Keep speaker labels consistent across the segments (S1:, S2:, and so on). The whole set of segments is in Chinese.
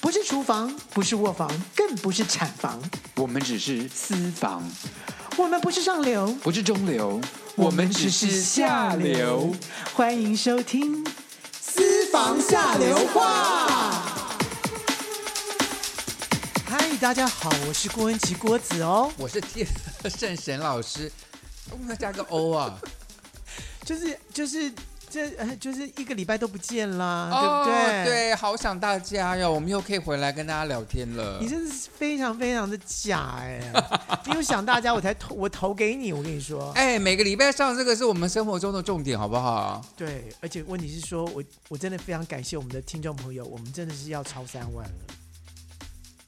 S1: 不是厨房，不是卧房，更不是产房，
S2: 我们只是私房，
S1: 我们不是上流，
S2: 不是中流，我们只是下流。。
S1: 欢迎收听《
S2: 私房下流话。
S1: 嗨，大家好，我是郭文琪郭子哦，
S3: 我是天圣神老师，我们要加个 O 啊，
S1: 就是就是这呃，就是一个礼拜都不见啦，
S3: 哦
S1: 对不对？。
S3: 对，好想大家哟，我们又可以回来跟大家聊天了
S1: 你。真的是非常非常的假哎、你有想大家，我才投我投给你，我跟你说，
S3: 哎，每个礼拜上这个是我们生活中的重点，好不好？
S1: 对，而且问题是说，我我真的非常感谢我们的听众朋友，我们真的是要超三万了。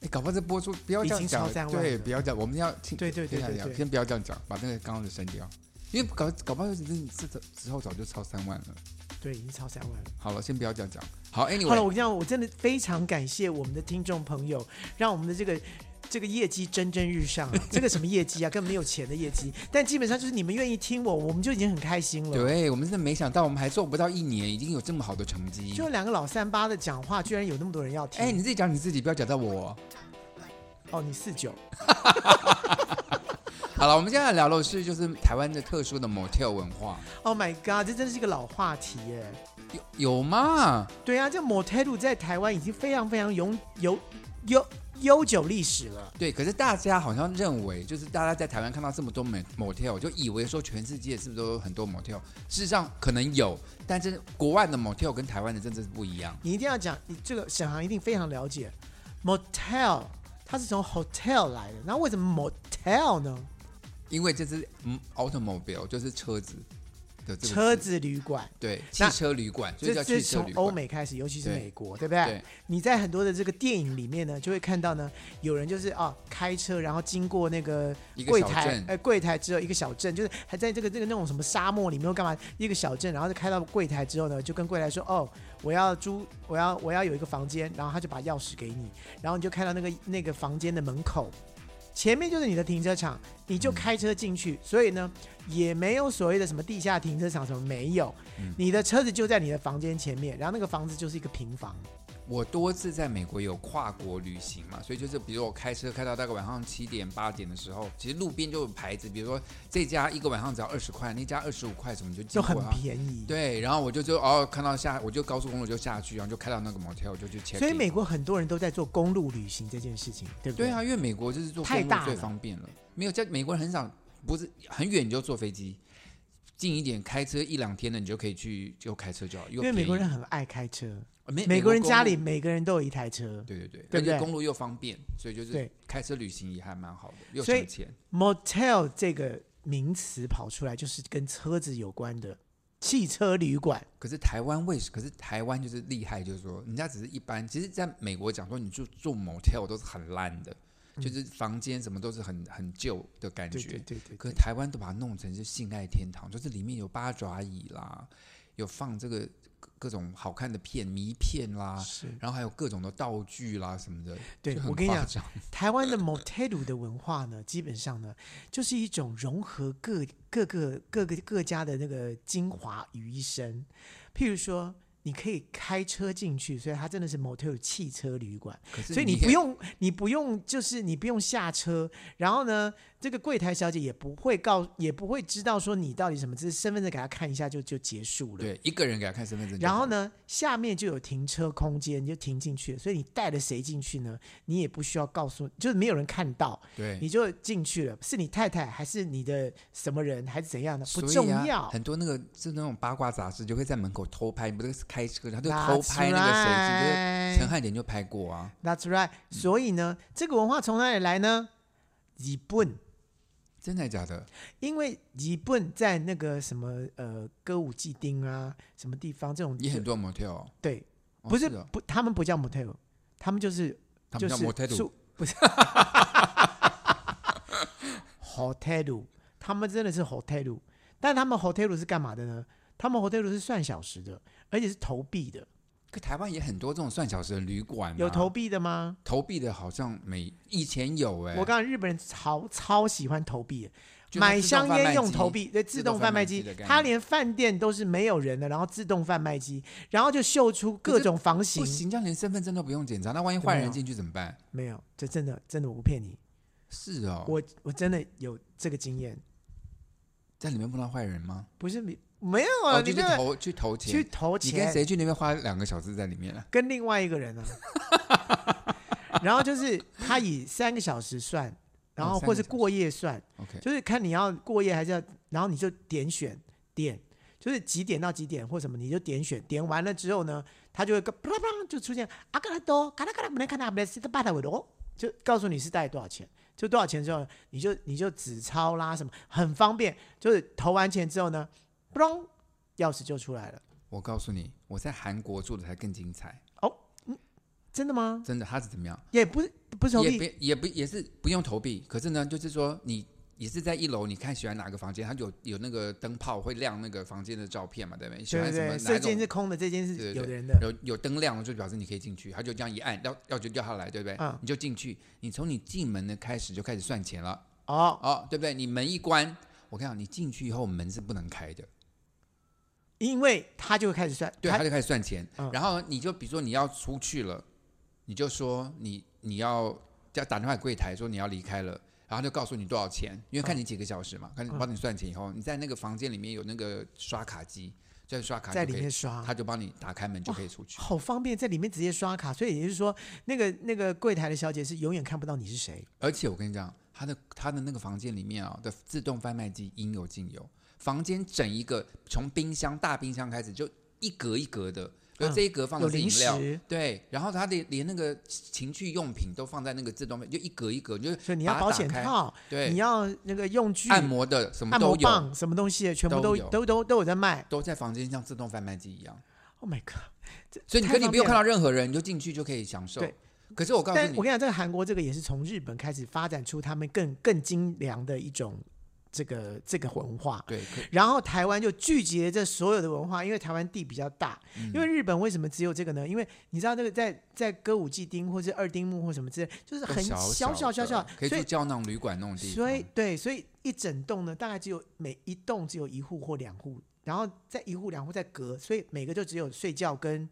S3: 哎，搞不好这播出不要这
S1: 已
S3: 样
S1: 经
S3: 讲
S1: 超赞，万
S3: 对，
S1: 了
S3: 不要讲，我们要听，
S1: 对对对
S3: 听
S1: 对
S3: 大家
S1: 对
S3: 先不要这样讲，把那个刚刚的删掉，因为搞搞不好这这之后早就超三万了。
S1: 对，已经超三万了。
S3: 好了，先不要这样讲。好
S1: 好了，
S3: ，Anyway，
S1: 我跟你讲，我真的非常感谢我们的听众朋友，让我们的这个这个业绩蒸蒸日上、啊。这个什么业绩啊，根本没有钱的业绩，但基本上就是你们愿意听我，我们就已经很开心了。
S3: 对我们真的没想到，我们还做不到一年，已经有这么好的成绩。
S1: 就两个老三八的讲话，居然有那么多人要听。
S3: 哎，你自己讲你自己，不要讲到我。
S1: 哦，你四九，
S3: 好了，我们现在聊的是就是台湾的特殊的 motel 文化，
S1: Oh my god，这真的是一个老话题耶。
S3: 有有吗？
S1: 对啊，这 motel 在台湾已经非常非常永有悠悠久历史了。
S3: 对，可是大家好像认为，就是大家在台湾看到这么多 mo- motel，就以为说全世界是不是都有很多 motel？事实上可能有，但是国外的 motel 跟台湾的真的是不一样。
S1: 你一定要讲，你这个沈航一定非常了解 motel，它是从 hotel 来的，那为什么 motel 呢？
S3: 因为这是嗯 automobile 就是车子的这个
S1: 车
S3: 字，
S1: 子旅馆，
S3: 对，汽
S1: 那
S3: 车旅馆，所以
S1: 这
S3: 叫
S1: 这
S3: 汽
S1: 是
S3: 车
S1: 从
S3: 旅
S1: 欧
S3: 馆。
S1: 美开始，尤其是
S3: 对
S1: 美国，对不对？
S3: 对
S1: 你在很多的这个电影里面呢，就会看到呢，有人就是啊开车，然后经过那个
S3: 一个
S1: 柜
S3: 小
S1: 台
S3: 镇，
S1: 呃，柜台只有一个小镇，就是还在这个这个那种什么沙漠里面又干嘛一个小镇，然后就开到柜台之后呢，就跟柜台说，哦，我要租，我要我要有一个房间，然后他就把钥匙给你，然后你就开到那个那个房间的门口，前面就是你的停车场，你就开车进去，所以呢也没有所谓的什么地下停车场什么没有，
S3: 嗯
S1: 你的车子就在你的房间前面，然后那个房子就是一个平房，
S3: 我多次在美国有跨国旅行嘛，所以就是比如我开车开到大概晚上七点八点的时候，其实路边就有牌子，比如说这家一个晚上只要二十块，那家二十五块，什么就
S1: 就
S3: 经
S1: 很
S3: 过啊。
S1: 便宜。
S3: 对，然后我就就哦看到下，我就高速公路就下去，然后就开到那个 motel 就去 check。
S1: 所以美国很多人都在做公路旅行这件事情，对不
S3: 对啊，因为美国就是坐
S1: 太
S3: 公
S1: 大
S3: 路
S1: 了
S3: 最方便了，没有在美国人很少，不是很远你就坐飞机，近一点开车一两天的你就可以去就开车就好，因
S1: 因为美国人很爱开车，
S3: 呃美
S1: 美国人家里
S3: 公路
S1: 每个人都有一台车。
S3: 对对对，
S1: 对
S3: 而
S1: 不对
S3: 且公路又方便，所以就是
S1: 对
S3: 开车旅行也还蛮好的，又
S1: 所以
S3: 省钱。
S1: motel 这个名词跑出来，就是跟车子有关的汽车旅馆。
S3: 可是台湾为什？可是台湾就是厉害，就是说人家只是一般，其实在美国讲说你住住 motel 都是很烂的，就是房间什么都是很很旧的感觉。
S1: 嗯对对对对
S3: 可
S1: 对
S3: 是台湾都把它弄成是性爱天堂，就是里面有八爪椅啦，有放这个各各种好看的片、迷片啦，
S1: 是
S3: 然后还有各种的道具啦什么的。
S1: 对
S3: 就很
S1: 我跟你
S3: 夸
S1: 讲
S3: 张，
S1: 台湾的 motel 的文化呢，基本上呢，就是一种融合各各个各个各家的那个精华于一身。譬如说，你可以开车进去，所以它真的是 motel 汽车旅馆。
S3: 可是
S1: 所以你
S3: 也
S1: 不用，你不用，就是你不用下车，然后呢，这个柜台小姐也不会告，也不会知道说你到底什么，只是身份证给她看一下就就结束了。
S3: 对一个人给他看身份证就好，
S1: 然后呢，下面就有停车空间，你就停进去了。所以你带了谁进去呢？你也不需要告诉，就是没有人看到，
S3: 对
S1: 你就进去了。是你太太还是你的什么人还是怎样的，不
S3: 所以
S1: 重
S3: 啊
S1: 要。
S3: 很多那个是那种八卦杂志，就会在门口偷拍，不是开车，他就
S1: That's
S3: 偷拍那个谁，就是
S1: right
S3: 陈汉典就拍过啊。
S1: That's right。所以呢，这个文化从哪里来呢？日本。
S3: 真的假的？
S1: 因为日本在那个什么呃歌舞伎町啊，什么地方这种
S3: 也很多 motel，哦、
S1: 对，
S3: 哦
S1: 不是,、
S3: 哦
S1: 不，他们不叫 motel，他们就是
S3: 他
S1: 就
S3: 们
S1: 是
S3: 叫 motel，
S1: 宿不是 hotel，他们真的是 hotel，但他们 hotel 是干嘛的呢？他们 hotel 是算小时的，而且是投币的，
S3: 可台湾也很多这种算小时的旅馆、啊，
S1: 有投币的吗？
S3: 投币的，好像没以前有哎、
S1: 我告诉你，日本人超超喜欢投币的。
S3: 就那
S1: 买
S3: 自动
S1: 香
S3: 贩卖
S1: 烟用
S3: 机
S1: 投币，对，自
S3: 自
S1: 动
S3: 动
S1: 贩
S3: 贩
S1: 卖
S3: 卖
S1: 机
S3: 机的概，念
S1: 它连饭店都是没有人的，然后自动贩卖机，然后就秀出各种房型
S3: 不，行，这样连身份证都不用检查，那万一坏
S1: 对啊
S3: 人进去怎么办？
S1: 没有，这真的真的我不骗你，
S3: 是哦，
S1: 我我真的有这个经验，
S3: 在里面碰到坏人吗？
S1: 不是没没有啊，
S3: 哦，
S1: 你
S3: 就去
S1: 这个
S3: 投去投钱，
S1: 去投
S3: 你跟
S1: 钱，
S3: 谁去那边花两个小时在里面了？
S1: 跟另外一个人啊， 然后就是他以三个小时算，然后
S3: 哦三个
S1: 或是
S3: 小时
S1: 过夜算，
S3: OK
S1: 就是看你要过夜还是要，然后你就点选点，就是几点到几点或什么，你就点选，点完了之后呢，他就会个啪啦啪啦就出现啊嘎啦多嘎啦嘎啦不能看他不能是巴达维罗，就告诉你是带多少钱。就多少钱之后，你就你就纸钞啦什么，很方便。就是投完钱之后呢，嘣，钥匙就出来了。
S3: 我告诉你，我在韩国住的才更精彩，
S1: 真的吗？
S3: 真的，他是怎么样？
S1: 也不是不是投
S3: 也
S1: 币，
S3: 不也不也是不用投币，可是呢，就是说你也是在一楼，你看喜欢哪个房间，它有有那个灯泡会亮那个房间的照片嘛，对不对？喜
S1: 对
S3: 欢
S1: 对
S3: 什
S1: 对，
S3: 么
S1: 这
S3: 哪
S1: 间是
S3: 种？
S1: 空的，这间是
S3: 对对
S1: 有
S3: 对
S1: 的人的。
S3: 有有灯亮了就表示你可以进去，他就这样一按，要要就叫他来，对不对？
S1: 嗯
S3: 你就进去，你从你进门的开始就开始算钱了，
S1: 哦，
S3: 哦，对不对？你门一关，我看到你进去以后门是不能开的，
S1: 因为他就会开始算，
S3: 对，
S1: 他
S3: 他就开始算钱。
S1: 嗯
S3: 然后你就比如说你要出去了，你就说你你要要打电话给柜台说你要离开了，然后就告诉你多少钱，因为看你几个小时嘛，看你帮你算钱以后，你在那个房间里面有那个刷卡机，在刷卡
S1: 在
S3: 就
S1: 里
S3: 可以
S1: 面刷，
S3: 他就帮你打开门就可以出去。
S1: 好方便，在里面直接刷卡。所以也就是说，那个那个柜台的小姐是永远看不到你是谁。
S3: 而且我跟你讲，他的他的那个房间里面啊的自动贩卖机应有尽有，房间整一个从冰箱大冰箱开始就一格一格的，比如
S1: 嗯
S3: 这一格放
S1: 有
S3: 的是
S1: 零
S3: 饮料，
S1: 食，
S3: 对，然后他的连那个情趣用品都放在那个自动贩，就一格一格，就是
S1: 所以你要
S3: 把它
S1: 保
S3: 打
S1: 险
S3: 开
S1: 套，你
S3: 对，
S1: 要那个用具、
S3: 按摩的什么
S1: 按
S3: 都
S1: 摩
S3: 有，
S1: 棒，什么东西的，全部
S3: 都
S1: 都
S3: 有
S1: 都都都有在卖。
S3: 都在房间像自动贩卖机一样，
S1: Oh my god！
S3: 所以你
S1: 太
S3: 可以
S1: 方
S3: 不用
S1: 便
S3: 看到任何人，你就进去就可以享受
S1: 对。
S3: 可是我告诉
S1: 但我
S3: 你，
S1: 跟你讲，这个韩国这个也是从日本开始发展出他们更更精良的一种这个这个文化。
S3: 对，可
S1: 然后台湾就聚集了这所有的文化，因为台湾地比较大。
S3: 嗯
S1: 因为日本为什么只有这个呢？因为你知道这个在在歌舞伎町或是二丁目或什么之类，就是
S3: 都
S1: 很
S3: 小
S1: 小小小
S3: 的
S1: 小，
S3: 可以
S1: 所以
S3: 住胶囊旅馆那种地方。
S1: 所以对，所以一整栋呢，大概只有每一栋只有一户或两户，然后再一户两户再隔，所以每个就只有睡觉跟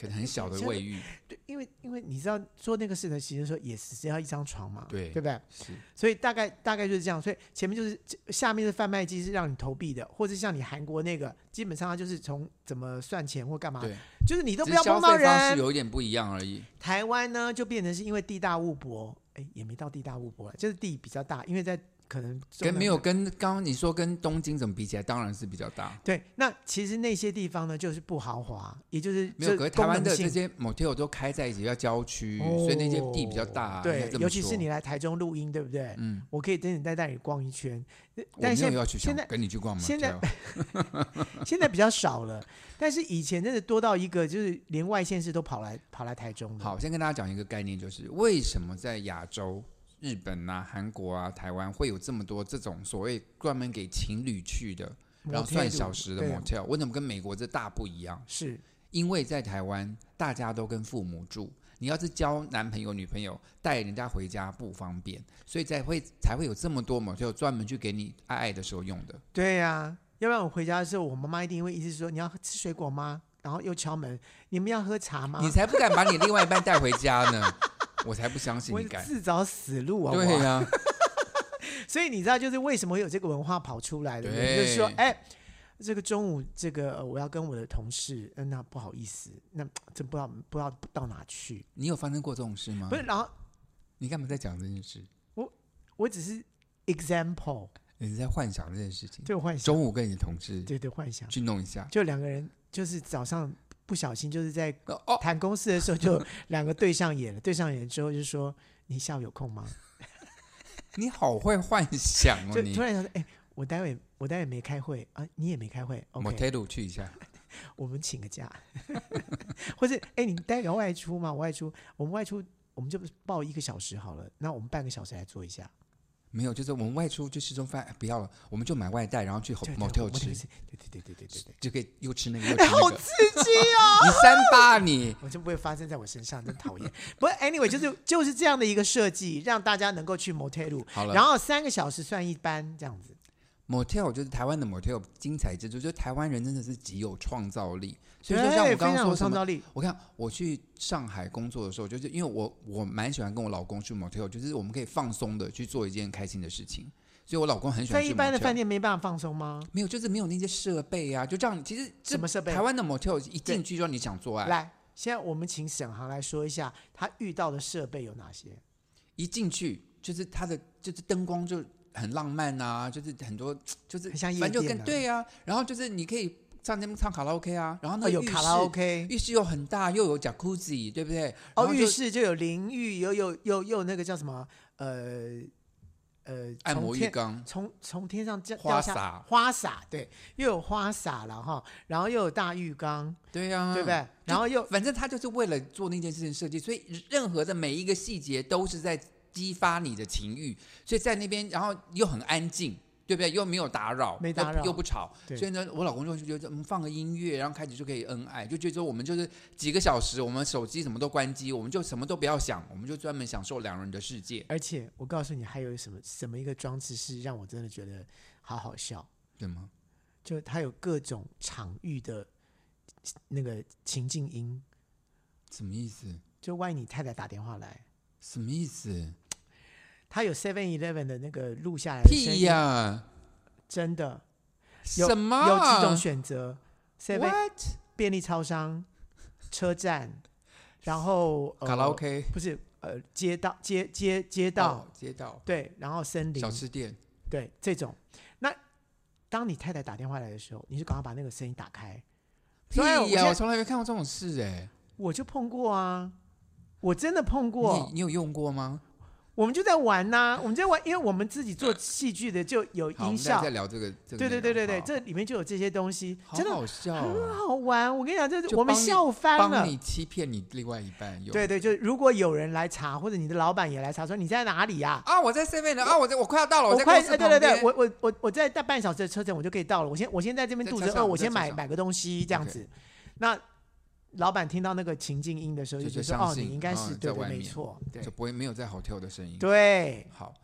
S3: 可能很小的
S1: 像
S3: 卫浴，
S1: 对，因为因为你知道做那个事呢，其实说也是只要一张床嘛，
S3: 对
S1: 对不对？
S3: 是
S1: 所以大概大概就是这样，所以前面就是下面的贩卖机是让你投币的，或者像你韩国那个，基本上它就是从怎么算钱或干嘛，
S3: 对，
S1: 就是你都
S3: 只
S1: 不
S3: 是
S1: 要
S3: 消
S1: 碰到
S3: 费方式
S1: 人。
S3: 有一点不一样而已。
S1: 台湾呢就变成是因为地大物博，哎，也没到地大物博了，就是地比较大，因为在可能中
S3: 跟
S1: 南
S3: 没有
S1: 部
S3: 跟刚刚你说跟东京怎么比起来，当然是比较大。
S1: 对，那其实那些地方呢就是不豪华，也就是
S3: 没有，
S1: 就
S3: 可是台湾
S1: 功能
S3: 的
S1: 性
S3: 这些 motel 都开在一起，要郊区，
S1: 哦
S3: 所以那些地比较大、啊。应该
S1: 对
S3: 这，么
S1: 尤其是
S3: 说
S1: 你，来台中录音，对不对？
S3: 嗯，
S1: 我可以等你带带你逛一圈，
S3: 我
S1: 但
S3: 没
S1: 是现
S3: 有
S1: 在
S3: 要去想
S1: 现在
S3: 跟你去逛 motel。
S1: 现在现在比较少了，但是以前真的多到一个，就是连外县市都跑来跑来台中的。
S3: 好，先跟大家讲一个概念，就是为什么在亚洲，日本啊、韩国啊、台湾会有这么多这种所谓专门给情侣去的，
S1: 摩
S3: 然后
S1: 天
S3: 算
S1: 轮
S3: 小时的
S1: 对啊
S3: motel，为什么跟美国这大不一样？
S1: 是
S3: 因为在台湾大家都跟父母住，你要是交男朋友女朋友带人家回家不方便，所以才会才会有这么多 motel 专门去给你爱爱的时候用的。
S1: 对呀、要不然我回家的时候，我妈妈一定会一直说你要吃水果吗？然后又敲门，你们要喝茶吗？
S3: 你才不敢把你另外一半带回家呢，我才不相信
S1: 我
S3: 你敢。
S1: 自找死路啊！
S3: 对
S1: 我
S3: 呀、
S1: 所以你知道就是为什么会有这个文化跑出来的，
S3: 对
S1: 就是说，哎、这个中午这个、呃我要跟我的同事，嗯、那不好意思，那真不知道不知道到哪去，
S3: 你有发生过这种事吗
S1: 不？是，然后
S3: 你干嘛在讲这件事？
S1: 我只是 example
S3: 你是在幻想这件事情。
S1: 对我幻想，
S3: 中午跟你同事
S1: 对对幻想，
S3: 去弄一下，
S1: 就两个人就是早上不小心就是在
S3: 哦哦，
S1: 谈公事的时候就两个对上眼了， 对上眼之后就说你下午有空吗？
S3: 你好会幻想哦，
S1: 就
S3: 你
S1: 突然想说，哎、我待会我待会没开会啊，你也没开会，OK，
S3: motel 去一下，
S1: 我们请个假， 或是哎、你待会要外出吗？我外出，我们外出，我们就报一个小时好了，那我们半个小时来做一下，
S3: 没有，就是我们外出去吃中饭，哎不要了，我们就买外带，然后去
S1: 对对
S3: motel
S1: 我们
S3: 吃
S1: 得，吃对对对对对对对，
S3: 就可以又吃那个又吃
S1: 哎、
S3: 那
S1: 好
S3: 个，
S1: 刺 激哦！
S3: 你三八你。
S1: 我就不会发生在我身上，真讨厌。 不过 anyway，就是就是这样的一个设计，让大家能够去 motel，
S3: 好了
S1: 然后三个小时算一班这样子。
S3: motel 就是台湾的 motel 精彩之处，就是台湾人真的是极有创造力。所以说，像我
S1: 非
S3: 刚刚
S1: 常
S3: 说
S1: 有
S3: 什
S1: 创
S3: 么
S1: 造力，
S3: 我看我去上海工作的时候，就是因为我我蛮喜欢跟我老公去 motel，就是我们可以放松的去做一件开心的事情，所以我老公很喜
S1: 在
S3: 欢去
S1: 一般的
S3: motel
S1: 饭店没办法放松吗？
S3: 没有，就是没有那些设备啊，就这样。其实这
S1: 什么设备
S3: 台湾的 motel 一进去就让你想做爱，
S1: 来，现在我们请沈航来说一下他遇到的设备有哪些。
S3: 一进去就是它的就是灯光就很浪漫啊，就是很多就是
S1: 很像夜
S3: 反正就
S1: 店
S3: 跟
S1: 啊
S3: 对啊，然后就是你可以唱那唱卡拉 OK 啊，然后那
S1: 哦，
S3: 个
S1: 有
S3: 浴
S1: 卡拉
S3: 室
S1: OK，
S3: 浴室又很大，又有 jacuzzi，对不对？然
S1: 哦，
S3: 后
S1: 浴
S3: 就
S1: 室就有淋浴，有有有有那个叫什么呃呃，
S3: 按
S1: 从
S3: 摩浴
S1: 天
S3: 缸，
S1: 从从天上掉
S3: 花
S1: 掉下
S3: 洒
S1: 花洒，对，又有花洒了哈，然后又有大浴缸，
S3: 对呀、啊，
S1: 对不对？然后又
S3: 反正他就是为了做那件事情设计，所以任何的每一个细节都是在激发你的情欲。所以在那边，然后又很安静，对不对？又没有打扰，
S1: 没打扰
S3: 又又不吵。
S1: 对
S3: 所以呢，我老公就会觉得，嗯，放个音乐，然后开始就可以恩爱，就觉得说我们就是几个小时，我们手机什么都关机，我们就什么都不要想，我们就专门享受两人的世界，
S1: 而且我告诉你，还有什么什么一个装置是让我真的觉得好好笑，
S3: 对吗？
S1: 就它有各种场域的那个情境音，
S3: 什么意思？
S1: 就万一你太太打电话来，
S3: 什么意思？
S1: 它有 Seven Eleven 的那个录下来的声
S3: 屁
S1: 音，
S3: 呀、啊
S1: 真的有
S3: 什么？
S1: 有几种选择，Seven
S3: What？
S1: 便利超商、车 站，然后、呃、
S3: 卡拉 OK
S1: 不是呃街道街街街道、
S3: 哦街道
S1: 对，然后森林
S3: 小吃店。
S1: 对这种。那当你太太打电话来的时候，你就赶快把那个声音打开。
S3: 屁
S1: 所以我现
S3: 呀、
S1: 在
S3: 哎我从来没看过这种事哎、
S1: 我就碰过啊，我真的碰
S3: 你
S1: 过。
S3: 你有用过吗？
S1: 我们就在玩呐、我们在玩，因为我们自己做戏剧的就有
S3: 好，我
S1: 音
S3: 们再
S1: 效
S3: 再。聊这个这个
S1: 对
S3: 内
S1: 对对对
S3: 容。
S1: 对，
S3: 好
S1: 这里面就有这些东西，真的
S3: 好好笑
S1: 很
S3: 哦、
S1: 好玩。我跟你讲，这是
S3: 就
S1: 我们
S3: 帮你
S1: 笑翻了
S3: 帮。你欺骗你另外一半有。
S1: 对对，就如果有人来查，或者你的老板也来查，说你在哪里呀、
S3: 啊，我在 seven 了啊，我在我快要到了，在
S1: 快，
S3: 公司
S1: 呃
S3: 旁
S1: 对
S3: 边。
S1: 对对，我我我我在大半小时的车程我就可以到了。我先我先在这边
S3: 在
S1: 肚
S3: 车
S1: 子饿，
S3: 上
S1: 我
S3: 在
S1: 先
S3: 车
S1: 买
S3: 上
S1: 买个东西这样
S3: OK
S1: 子。那老板听到那个情境音的时候，就
S3: 就
S1: 觉得
S3: 就
S1: 说
S3: 相
S1: 哦，你
S3: 信
S1: 应该
S3: 嗯
S1: 是
S3: 在
S1: 对的，
S3: 外
S1: 没
S3: 面
S1: 错，对
S3: 就不会没有在 hotel 的声音。
S1: 对，
S3: 好，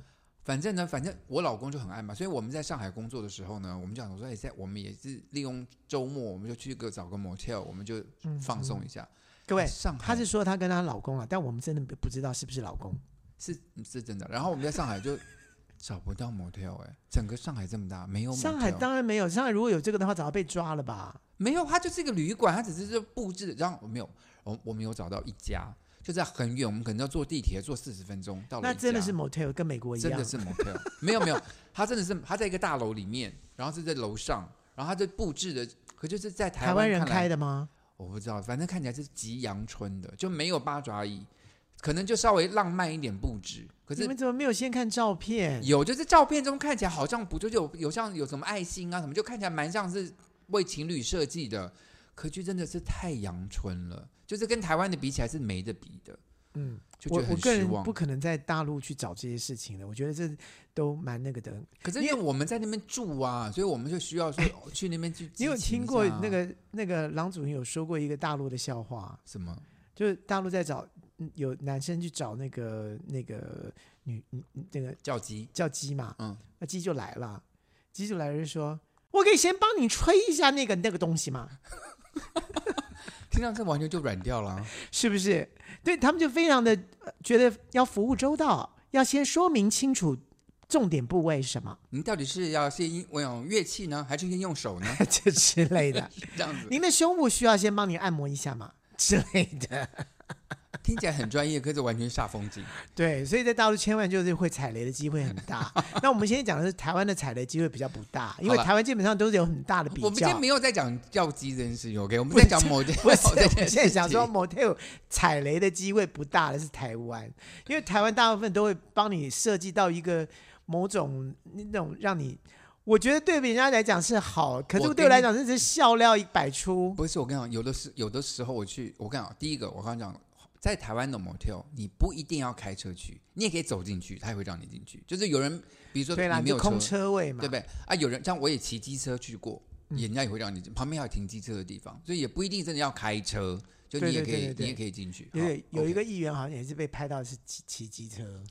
S3: 反正呢，反正我老公就很爱嘛，所以我们在上海工作的时候呢，我们就想说，哎，在我们也是利用周末，我们就去个找个 motel，我们就放松一下。
S1: 嗯各位，
S3: 上海
S1: 她是说她跟她老公啊了，但我们真的不不知道是不是老公。
S3: 是是真的。然后我们在上海就找不到 motel，哎、整个上海这么大，没有 motel。
S1: 上海当然没有，上海如果有这个的话，早就被抓了吧？
S3: 没有，它就是一个旅馆，它只是就布置的。然后我没有，我我们有找到一家，就在很远，我们可能要坐地铁坐四十分钟到了
S1: 那
S3: 一家。
S1: 真的是 motel，跟美国一
S3: 啊真
S1: 样
S3: 的。是 motel，没有没有，它真的是它在一个大楼里面，然后是在楼上，然后它就布置的，可就是在台
S1: 台湾人
S3: 看来
S1: 开的吗？
S3: 我不知道，反正看起来是极阳春的，就没有八爪椅，可能就稍微浪漫一点布置，可
S1: 你
S3: 是
S1: 们怎么没有先看照片？
S3: 有，就是照片中看起来好像不就有有像有什么爱心啊什么，就看起来蛮像是为情侣设计的。可就真的是太阳春了，就是跟台湾的比起来是没得比的，
S1: 嗯，
S3: 就觉
S1: 我
S3: 得
S1: 我
S3: 很
S1: 个
S3: 失
S1: 人
S3: 望
S1: 不。可能在大陆去找这些事情的，我觉得这都蛮那个的。
S3: 可是因为我们在那边住啊，所以我们就需要说 哦去那边去
S1: 你
S3: 激情一下啊。
S1: 有听过那个那个郎主任有说过一个大陆的笑话，
S3: 什么？
S1: 就是大陆在找嗯有男生去找那个那个女嗯那个
S3: 叫鸡，
S1: 叫鸡嘛，
S3: 嗯，
S1: 那鸡就来了，鸡就来了就说。我可以先帮你吹一下那个那个东西嘛，
S3: 听到这完全就软掉了啊。
S1: 是不是？对他们就非常的、呃觉得要服务周到，要先说明清楚重点部位是什 么，
S3: 你到底是要先我用乐器呢，还是先用 手呢？
S1: 这之类的。
S3: 这样子
S1: 您的胸部需要先帮您按摩一下嘛之类的。
S3: 听起来很专业，可是完全煞风景。
S1: 对，所以在大陆千万就是会踩雷的机会很 大。那我们现在讲的是台湾的踩雷机会比较不大，因为
S3: 好了
S1: 台湾基本上都是有很大的比
S3: 我们今
S1: 较
S3: 天。没有在讲叫鸡这件事情，OK？我们
S1: 不
S3: 在
S1: 是
S3: 讲某件，
S1: 不是，
S3: 某件
S1: 我现在想 说
S3: 事情
S1: motel 踩雷的机会不大的是台湾，因为台湾大部分都会帮你设计到一个某种那种让你，我觉得对人家来讲是好，可
S3: 我
S1: 是
S3: 跟
S1: 对我来讲这是笑料一百出。
S3: 不是我跟你讲，有的时有的时候我去，我跟你讲，第一个我刚刚讲。在台湾的 motel，你不一定要开车去，你也可以走进去，他也会让你进去。就是有人，比如说
S1: 对啦，你
S3: 你没
S1: 就
S3: 有
S1: 空车位嘛，嗯
S3: 对不对？啊，有人像我也骑机车去过，人家也会让你进旁边还有停机车的地方，所以也不一定真的要开车，就你
S1: 对
S3: 也
S1: 对
S3: 可以，
S1: 对对对
S3: 你也可以进去。
S1: 有
S3: 好
S1: 有有一
S3: OK
S1: 个议员好像也是被拍到是骑骑机车，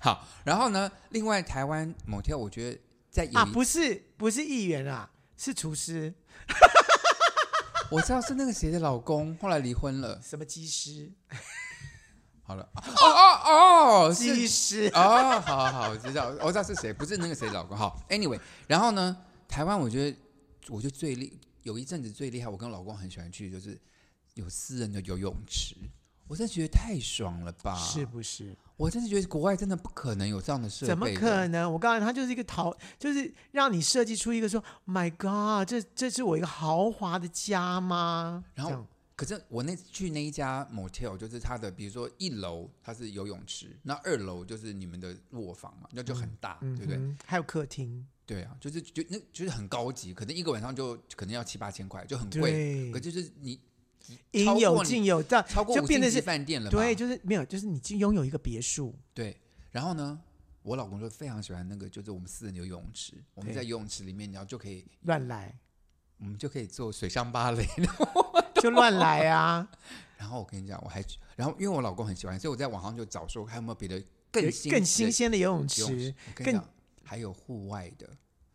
S3: 好，然后呢，另外台湾某天我觉得在有一、
S1: 啊，不是不是议员啊，是厨师，
S3: 我知道是那个谁的老公后来离婚了。
S1: 什么技师，
S3: 好了，哦哦哦，是
S1: 技师，
S3: 哦，好好好，我知道，我知道是谁，不是那个谁老公。好，anyway，然后呢，台湾我觉得，我觉得最厉，有一阵子最厉害，我跟老公很喜欢去，就是有私人的游泳池，我真的觉得太爽了吧！
S1: 是，不是？
S3: 我真的觉得国外真的不可能有这样的设备，
S1: 怎么可？能？我告诉你，他就是一个淘，就是让你设计出一个说，My God，这这是我一个豪华的家吗？
S3: 然
S1: 这
S3: 后
S1: 样，
S3: 可是我那去那一家 motel，就是它的，比如说一楼它是游泳池，那二楼就是你们的卧房嘛，那就很大，
S1: 嗯
S3: 对不对？
S1: 哼，还有客厅，
S3: 对啊，就是就那就是很高级，可能一个晚上就可能要七八千块，就很贵。
S1: 对
S3: 可，就是你超
S1: 应
S3: 过
S1: 有
S3: 你
S1: 尽有，这
S3: 超过
S1: 就
S3: 五
S1: 变
S3: 星
S1: 得
S3: 级
S1: 是
S3: 饭店了吧，
S1: 对，就是没有，就是你就拥有一个别墅，
S3: 对。然后呢，我老公就非常喜欢那个，就是我们私人的游泳池，我们
S1: 对
S3: 在游泳池里面，然后就可以，
S1: 乱来
S3: 我们就可以做水上芭蕾。
S1: 就乱来啊，
S3: 然后我跟你讲，我还去，然后因为我老公很喜欢，所以我在网上就找说还有没有别的
S1: 有
S3: 更新
S1: 更
S3: 奇的
S1: 新鲜的游泳
S3: 游泳
S1: 池，
S3: 我跟你
S1: 更
S3: 讲，还有户外的。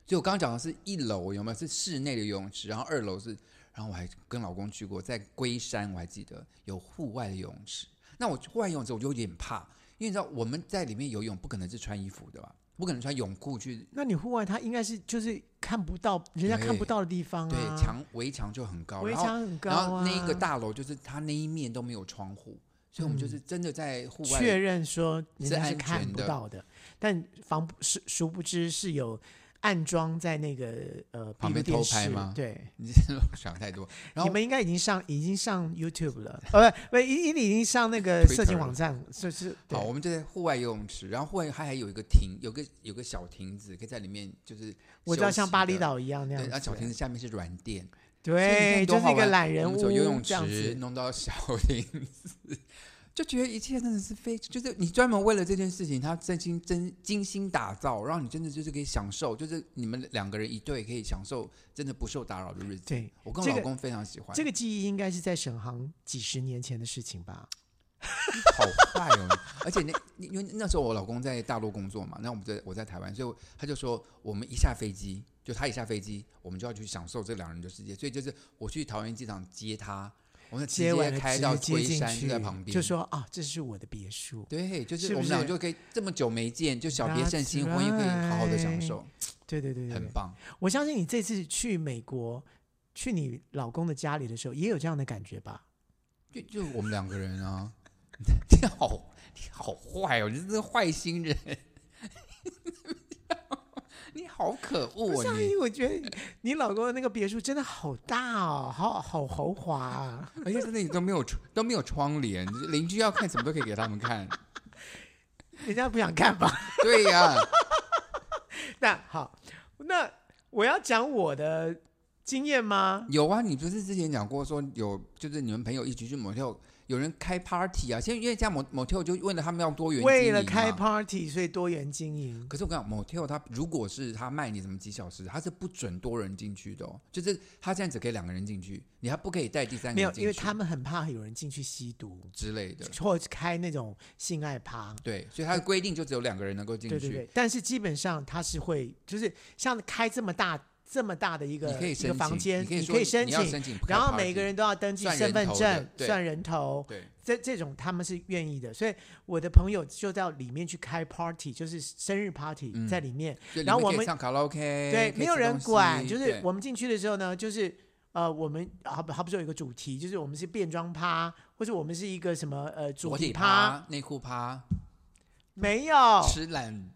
S3: 所以我刚刚讲的是一楼有没有是室内的游泳池，然后二楼是，然后我还跟老公去过，在龟山我还记得有户外的游泳池。那我户外游泳池我就有点怕，因为你知道我们在里面游泳不可能是穿衣服的吧，不可能穿泳裤去，
S1: 那你户外它应该是就是看不到，人家看不
S3: 对
S1: 到的地方啊，
S3: 对，墙围墙就很高，
S1: 围
S3: 然后
S1: 墙很高
S3: 然后
S1: 啊。
S3: 那一个大楼就是它那一面都没有窗户，所以我们就是真的在户外
S1: 嗯确认说人
S3: 是
S1: 家是
S3: 安
S1: 看
S3: 全
S1: 不
S3: 的
S1: 到的，但防不是殊不知是有暗装在那个呃
S3: 旁
S1: 闭路
S3: 边偷
S1: 电
S3: 拍
S1: 视
S3: 吗
S1: 对，
S3: 你想太多，然
S1: 你
S3: 后
S1: 们应该已经上已经上 YouTube 了，呃，不，已已已经上那个
S3: Twitter
S1: 色情
S3: 了
S1: 网站，就是对
S3: 好，我们就在户外游泳池，然后户外它还有一个亭，有个有个小亭子，可以在里面就是
S1: 我知道
S3: 休息
S1: 像巴厘
S3: 的，
S1: 岛一样那
S3: 对，
S1: 样
S3: 然后
S1: 子
S3: 小亭子下面是软垫，所以你
S1: 对，
S3: 看
S1: 就
S3: 多
S1: 是
S3: 好
S1: 一个
S3: 玩
S1: 懒人
S3: 我们
S1: 屋
S3: 从游泳
S1: 这样
S3: 池
S1: 子，
S3: 弄到小亭子， 就觉得一切真的是非，就是你专门为了这件事情，他真心真精心打造，让你真的就是可以享受，就是你们两个人一对可以享受真的不受打扰的日子。
S1: 对，
S3: 我跟
S1: 这
S3: 我老
S1: 个
S3: 公非常喜欢
S1: 这个记忆应该是在沈航几十年前的事情吧？
S3: 好坏哦！而且那因为那时候我老公在大陆工作嘛，那我们在我在台湾，所以他就说我们一下飞机，就他一下飞机，我们就要去享受这两人的世界。所以就是我去桃园机场接他，我们直
S1: 接完
S3: 接
S1: 了
S3: 开
S1: 直
S3: 到
S1: 接
S3: 龟
S1: 进
S3: 山就
S1: 去
S3: 在旁边，
S1: 就说啊，这是我的别墅。
S3: 对，就是
S1: 是不
S3: 我们俩
S1: 是
S3: 就可以这么久没见，就小别胜
S1: That's
S3: 新婚，又可以好好的享受，
S1: 对对对对
S3: 很
S1: 对，
S3: 棒。
S1: 我相信你这次去美国，去你老公的家里的时候，也有这样的感觉吧？
S3: 就就我们两个人啊，你好你好坏哦，你真是坏心人。你好可恶、
S1: 不
S3: 哦！
S1: 是啊，
S3: 你
S1: 因为我觉得你老公的那个别墅真的好大哦，好好豪华啊！
S3: 而且真的你都没有窗都没有窗帘，就是邻居要看什么都可以给他们看。
S1: 人家不想看吧？
S3: 对呀、
S1: 那好，那我要讲我的经验吗？
S3: 有啊，你不是之前讲过说有，就是你们朋友一起去 motel，有人开 party 啊，现在因为这样 mot- motel 就为了他们要多元
S1: 为
S3: 经
S1: 了
S3: 营
S1: 开
S3: 嘛
S1: party，所以多元经营。
S3: 可是我跟你讲，motel 它如果是它卖你什么几小时，它是不准多人进去的哦，就是它现在只可以两个人进去，你还不可以带第三个
S1: 没
S3: 人
S1: 有，
S3: 进去，
S1: 因为他们很怕有人进去吸毒，
S3: 之类的，
S1: 或者开那种性爱趴。
S3: 对，所以它的规定就只有两个人能够进去，
S1: 对对对，但是基本上他是会，就是像开这么大这么大的一个
S3: 你可以
S1: 一
S3: 申
S1: 个
S3: 请，
S1: 房间，
S3: 你可以
S1: 你
S3: 说
S1: 可以申
S3: 你要
S1: 请，
S3: 申请，
S1: 然后每个人都要登记
S3: 算人
S1: 身份
S3: 头的
S1: 证、
S3: 对
S1: 算人头，
S3: 对。
S1: 这这种他们是愿意的。所以我的朋友就到里面去开 party，就是生日 party
S3: 嗯
S1: 在里面，
S3: 就里
S1: 然后
S3: 面
S1: 我
S3: 可以
S1: 们
S3: 唱卡拉 OK，
S1: 对，
S3: 可以
S1: 没有
S3: 吃
S1: 人
S3: 东西
S1: 管。就是
S3: 对
S1: 我们进去的时候呢，就是呃，我们好好比说有一个主题，就是我们是变装趴，或者我们是一个什么呃主
S3: 裸体
S1: 题趴，哦
S3: 趴、内裤趴、
S1: 没有。
S3: 吃懒，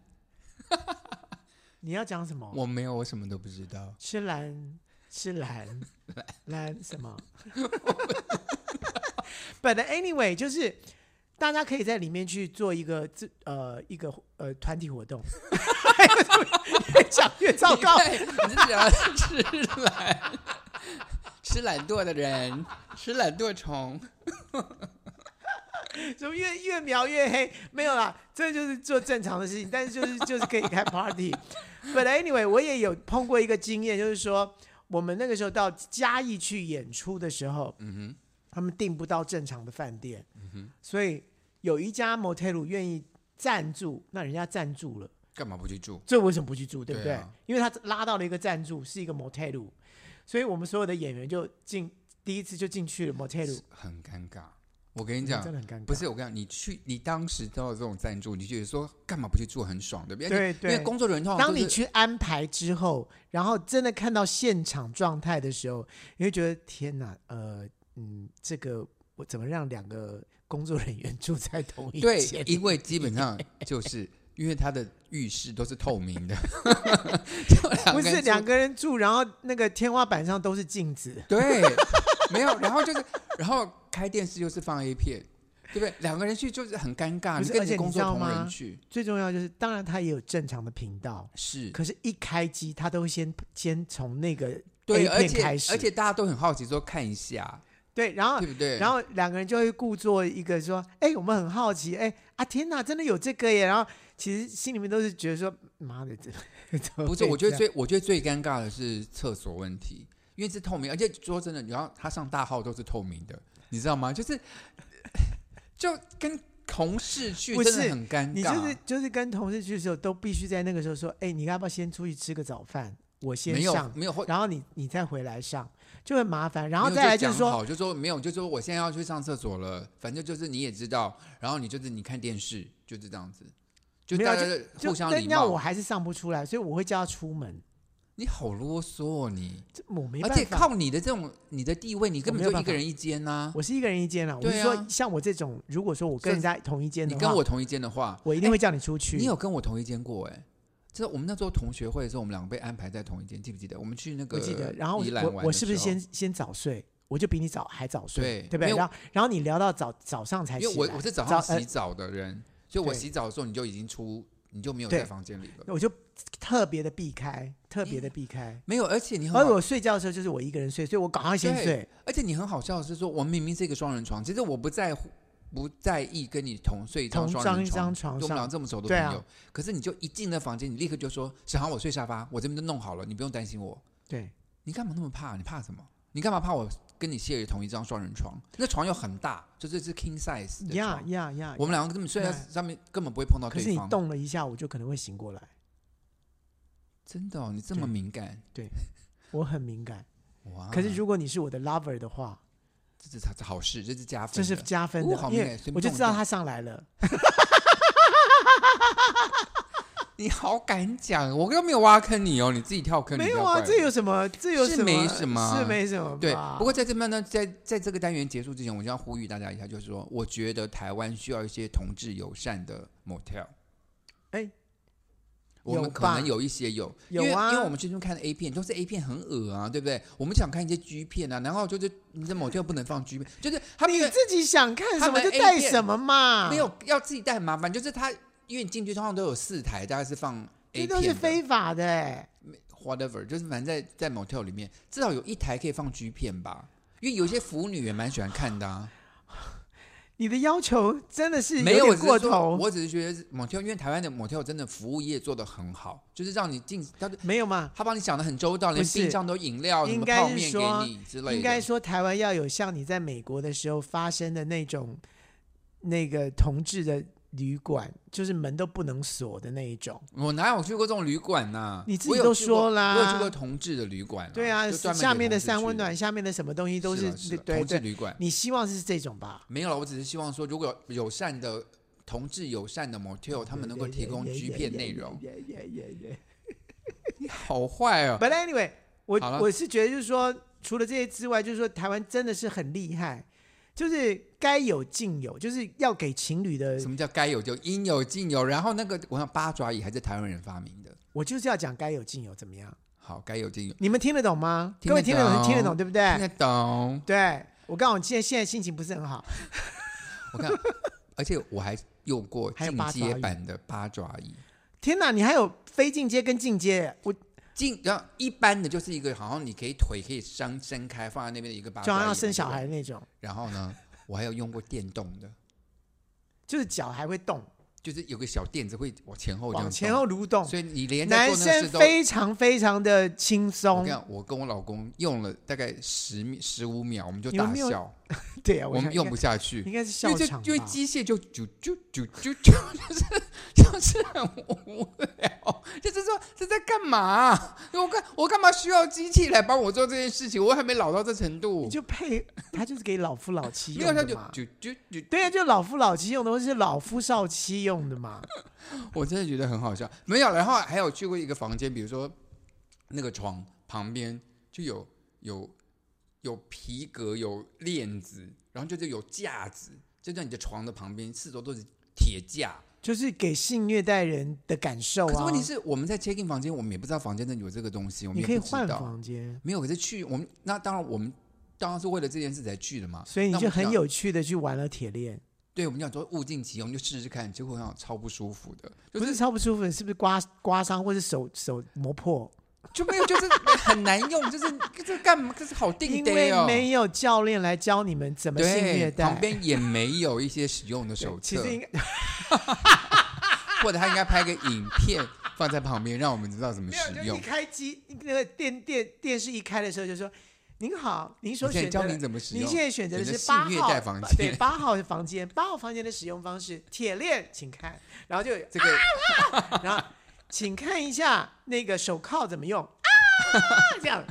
S1: 你要讲什么？
S3: 我没有，我什么都不知道。
S1: 吃蓝，吃蓝，蓝什么？But anyway，就是大家可以在里面去做一个自呃一个呃团体活动， 越讲越 糟糕。
S3: 你看你这聊吃懒，吃懒惰的人，吃懒惰虫。
S1: 怎么越越描越黑？没有啦，这就是做正常的事情，但是就是就是可以开 party。But anyway，我也有碰过一个经验，就是说我们那个时候到嘉义去演出的时候，嗯
S3: 哼，
S1: 他们订不到正常的饭店，嗯哼，所以有一家 motel 愿意赞助，那人家赞助了，
S3: 干嘛不去住？
S1: 这为什么不去住，对不对？
S3: 对啊
S1: 因为他拉到了一个赞助，是一个 motel，所以我们所有的演员就进第一次就进去了 motel，
S3: 很尴尬。我跟你讲
S1: 嗯真，的很尴尬。
S3: 不是我跟你讲，你去，你当时得到这种赞助，你就觉得说干嘛不去住，很爽，对不对？
S1: 对对
S3: 因为工作人员通常
S1: 当
S3: 哦都
S1: 你
S3: 是
S1: 去安排之后，然后真的看到现场状态的时候，你会觉得天哪，呃，嗯，这个我怎么让两个工作人员 住在同一
S3: 对
S1: 间？，
S3: 因为基本上就是因为他的浴室都是透 明的，
S1: 不是两
S3: 个人
S1: 个人住，然后那个天花板上都是镜子，
S3: 住对，没有，然后就是然后开电视又是放 A 片，对不对？两个人去就是很尴尬，
S1: 不
S3: 你
S1: 是
S3: 跟
S1: 而
S3: 你
S1: 且你
S3: 的工
S1: 知
S3: 作
S1: 道
S3: 同人
S1: 吗
S3: 去
S1: 最重要就是，当然它也有正常的频道，
S3: 是。
S1: 可是，一开机它都会先先从那个
S3: 对，
S1: A
S3: 而
S1: 片
S3: 且
S1: 开始，
S3: 而且大家都很好奇，说看一下，
S1: 对，然后
S3: 对不对？
S1: 然后两个人就会故作一个说：“哎、我们很好奇，哎、啊天哪，真的有这个耶！”然后其实心里面都是觉得说：“妈的，这 怎么
S3: 不是，
S1: 会
S3: 我觉得
S1: 呃这样
S3: 最我觉得最尴尬的是厕所问题，因为是透明，而且说真的，然后他上大号都是透明的，你知道吗？就是就跟同事去
S1: 不
S3: 真的
S1: 是
S3: 很尴尬，
S1: 你就是就是跟同事去的时候，都必须在那个时候说：‘哎、你要不要先出去吃个早饭？我先
S3: 没有
S1: 上，
S3: 没有或。
S1: 然后你你再回来上，就很麻烦。’然后
S3: 没有
S1: 再来
S3: 就
S1: 就是
S3: 讲
S1: 说，
S3: 好就说没有，就说我现在要去上厕所了，反正就是你也知道，然后你就是你看电视就是这样子，就
S1: 没有
S3: 大家
S1: 就
S3: 互相
S1: 那
S3: 礼
S1: 那我
S3: 貌。
S1: 还是上不出来，所以我会叫他出门。
S3: 你好啰嗦哦，你，
S1: 这我没
S3: 而
S1: 办
S3: 且
S1: 法，
S3: 靠你的这种你的地位，你根
S1: 我
S3: 本
S1: 没有
S3: 就一
S1: 办
S3: 个
S1: 法
S3: 人一间呐、
S1: 我是一个人一间了。我是
S3: 对啊
S1: 说，像我这种，如果说我跟人家同一间的
S3: 你
S1: 话，
S3: 跟我同一间的话，哎
S1: 我一定会叫你出去。
S3: 你有跟我同一间过哎、欸？这我们那时候同学会的时候，我们两个被安排在同一间，记不记得？我们去那
S1: 不
S3: 个
S1: 记得。然后我
S3: 宜兰玩
S1: 我
S3: 的
S1: 我是不是
S3: 时候
S1: 先？先早睡？我就比你早还早睡，
S3: 对
S1: 不对？
S3: 因为
S1: 然后然后你聊到早早上才起
S3: 因
S1: 来，
S3: 为我我是早上
S1: 呃
S3: 洗澡的人，所以我
S1: 对
S3: 洗澡的时候你就已经出，你就没有
S1: 对
S3: 在房间里了。
S1: 我就特别的避开，特别的避开。
S3: 没有，而且你很
S1: 而
S3: 好，
S1: 我睡觉的时候就是我一个人睡，所以我赶快先
S3: 对
S1: 睡。
S3: 而且你很好笑的是说，我们明明是一个双人床，其实我不在乎。不在意跟你同睡一张
S1: 同
S3: 双
S1: 张
S3: 人
S1: 一张床
S3: 床就我们
S1: 上
S3: 俩这么熟的
S1: 对
S3: 朋
S1: 啊
S3: 友，可是你就一进那房间，你立刻就说：“小航，我睡沙发，我这边都弄好了，你不用担心我。”
S1: 对，
S3: 你干嘛那么怕？你怕什么？你干嘛怕我跟你 share 同一张双人床？那床又很大，就这是 king size 的
S1: 呀
S3: 床。
S1: 呀呀！
S3: 我们两个根本睡在
S1: 对
S3: 上面，根本不会碰到
S1: 可是
S3: 对
S1: 你
S3: 方。
S1: 动了一下，我就可能会醒过来。
S3: 真的、哦，你这么
S1: 对
S3: 敏感
S1: 我很敏感。
S3: 哇！
S1: 可是如果你是我的 lover 的话，
S3: 这是好好事，这是加分
S1: 这
S3: 的，
S1: 是加分
S3: 哦
S1: 的
S3: 好，
S1: 因
S3: 敏
S1: 为
S3: 感随便
S1: 我就
S3: 动
S1: 知
S3: 一
S1: 道
S3: 动
S1: 他上来了。
S3: 你好敢讲，我又没有挖坑你哦，你自己跳坑。
S1: 没
S3: 你
S1: 有
S3: 不要
S1: 啊，
S3: 怪我
S1: 这有什么？这有
S3: 是
S1: 什么？
S3: 没什么
S1: 是没什么吧。
S3: 对，不过在这边呢，在在这个单元结束之前，我就要呼吁大家一下，就是说，我觉得台湾需要一些同志友善的 motel。
S1: 哎
S3: 我们
S1: 有
S3: 可
S1: 吧
S3: 能有一些有，
S1: 有
S3: 因为
S1: 啊
S3: 因为我们最近看的 A 片都是 A 片很恶啊，对不对？我们想看一些 G 片啊，然后就是你的 motel 不能放 G 片，就是他们
S1: 你自己想看什
S3: 他
S1: 么
S3: 们
S1: 就
S3: A
S1: 带
S3: 片
S1: 什么嘛，
S3: 没有要自己带很麻烦，就是他因为你进去通常都有四台，大概是放
S1: 这
S3: A 片
S1: 都是
S3: 的哎
S1: 非法的、欸。
S3: whatever，就是反正在在 motel 里面至少有一台可以放 G 片吧，因为有一些腐女也蛮喜欢看的啊。
S1: 你的要求真的是
S3: 没有
S1: 点
S3: 我只是
S1: 过
S3: 说
S1: 头，
S3: 我只是觉得某 o 因为台湾的某 o 真的服务业做得很好，就是让你进，他
S1: 没有嘛？
S3: 他帮你想的很周到，连
S1: 不是
S3: 冰箱都有饮料、什
S1: 应
S3: 么
S1: 该
S3: 泡
S1: 是
S3: 面给
S1: 说
S3: 你之类的。
S1: 应该说台湾要有像你在美国的时候发生的那种那个同志的旅馆，就是门都不能锁的那一种。
S3: 我哪有去过这种旅馆呐、
S1: 你自己
S3: 我有
S1: 都
S3: 去过
S1: 说啦
S3: 我有去过同志的旅馆、
S1: 对啊，
S3: 就专门
S1: 下
S3: 给
S1: 面的
S3: 同志
S1: 三
S3: 去
S1: 温暖，下面的什么东西都
S3: 是
S1: 是
S3: 啦是啊啦
S1: 对
S3: 同志
S1: 对。
S3: 旅馆。
S1: 你希望是这种吧？
S3: 没有了，我只是希望说，如果有友善的同志友善的 motel，他们能够提供 G 片内容。
S1: Yeah, yeah, yeah, yeah, yeah.
S3: 好坏哦，
S1: But anyway，我
S3: 好了
S1: 我是觉得就是说，除了这些之外，就是说台湾真的是很厉害，就是该有尽有，就是要给情侣的
S3: 什，么叫该有就应有尽有？然后那个，我想八爪椅还是台湾人发明的。
S1: 我就是要讲该有尽有，怎么样？
S3: 好，该有尽有。
S1: 你们听得懂吗？
S3: 听
S1: 各位
S3: 得
S1: 听得懂，
S3: 懂
S1: 听得懂对不
S3: 听
S1: 对
S3: 得？懂。
S1: 对，我告诉你，现在现在心情不是很好，
S3: 我看， 而且我还用过
S1: 还有
S3: 进
S1: 八爪
S3: 阶
S1: 鱼
S3: 版的八爪椅。
S1: 天哪，你还有非进阶跟进阶，我
S3: 进，然后一般的就是一个好像你可以腿可以伸伸开放在那边的一个八
S1: 就
S3: 爪椅，
S1: 好像要生小孩。那种，
S3: 然后呢，我还有用过电动的，
S1: 就是脚还会动，
S3: 就是有个小垫子会往前后哦这样
S1: 往
S3: 动
S1: 前，后蠕动，
S3: 所以你连在
S1: 男
S3: 做那个
S1: 生
S3: 事都。
S1: 非常非常的轻
S3: 我跟
S1: 松
S3: 你。讲，我跟我老公用了大概十十五秒，我们就
S1: 你们
S3: 大
S1: 没有
S3: 笑。
S1: 对呀、
S3: 我
S1: 想
S3: 们
S1: 应
S3: 用
S1: 该
S3: 不下去，
S1: 应该是
S3: 因
S1: 笑
S3: 为就
S1: 场吧，
S3: 因为机械就啾啾啾啾啾，就是 就是很无聊，就是说这在干嘛、我干我干嘛需要机器来帮我做这件事情？我还没老到这程度
S1: 你。就 配他就是给老夫老妻
S3: 没有
S1: 用
S3: 他
S1: 的
S3: 就
S1: 嘛。
S3: 啾啾啾，
S1: 对啊呀、就老夫老妻用的，或者是老夫少妻用的嘛。
S3: 我真的觉得很好笑。没有，然后还有去过一个房间，比如说那个床旁边就有有有皮革、有链子，然后就是有架子，就在你的床的旁边，四周都是铁架。
S1: 就是给性虐待人的感受啊。
S3: 可是问题，是，我们在 check in 房间，我们也不知道房间那里有这个东西，我们
S1: 你
S3: 也
S1: 可以
S3: 不知
S1: 换
S3: 道。
S1: 房间，
S3: 没有，可是去我们那当然我们当然是为了这件事才去的嘛。
S1: 所以你
S3: 那我
S1: 就
S3: 们
S1: 很
S3: 想
S1: 有趣的去玩了铁链，
S3: 对，我们讲说物尽其用，就试试看，结果好像超不舒服的，就
S1: 不是超不舒服的，是不是刮刮伤或者手手磨破？
S3: 就没有，就是很难用，就是这干嘛？这是好定
S1: 因
S3: 得
S1: 为
S3: 哦。
S1: 没有教练来教你们怎么性虐
S3: 对，
S1: 待。
S3: 旁边也没有一些使用的
S1: 对
S3: 手
S1: 其
S3: 册，
S1: 实应该
S3: 或者他应该拍个影片放在旁边，让我们知道怎么
S1: 没
S3: 使
S1: 有，就
S3: 用
S1: 一。开机那个电电电视一开的时候就说：“您好，您所
S3: 我现
S1: 选
S3: 在
S1: 择
S3: 教
S1: 的
S3: 您怎么使用。
S1: 您现在选择的
S3: 选
S1: 是
S3: 择
S1: 八
S3: 性虐
S1: 号
S3: 待房
S1: 八
S3: 间
S1: 对八号的房间，八号房间的使用方式，铁链，请看，然后就有
S3: 这个
S1: 然 后，请看一下那个手铐怎么用啊，这样，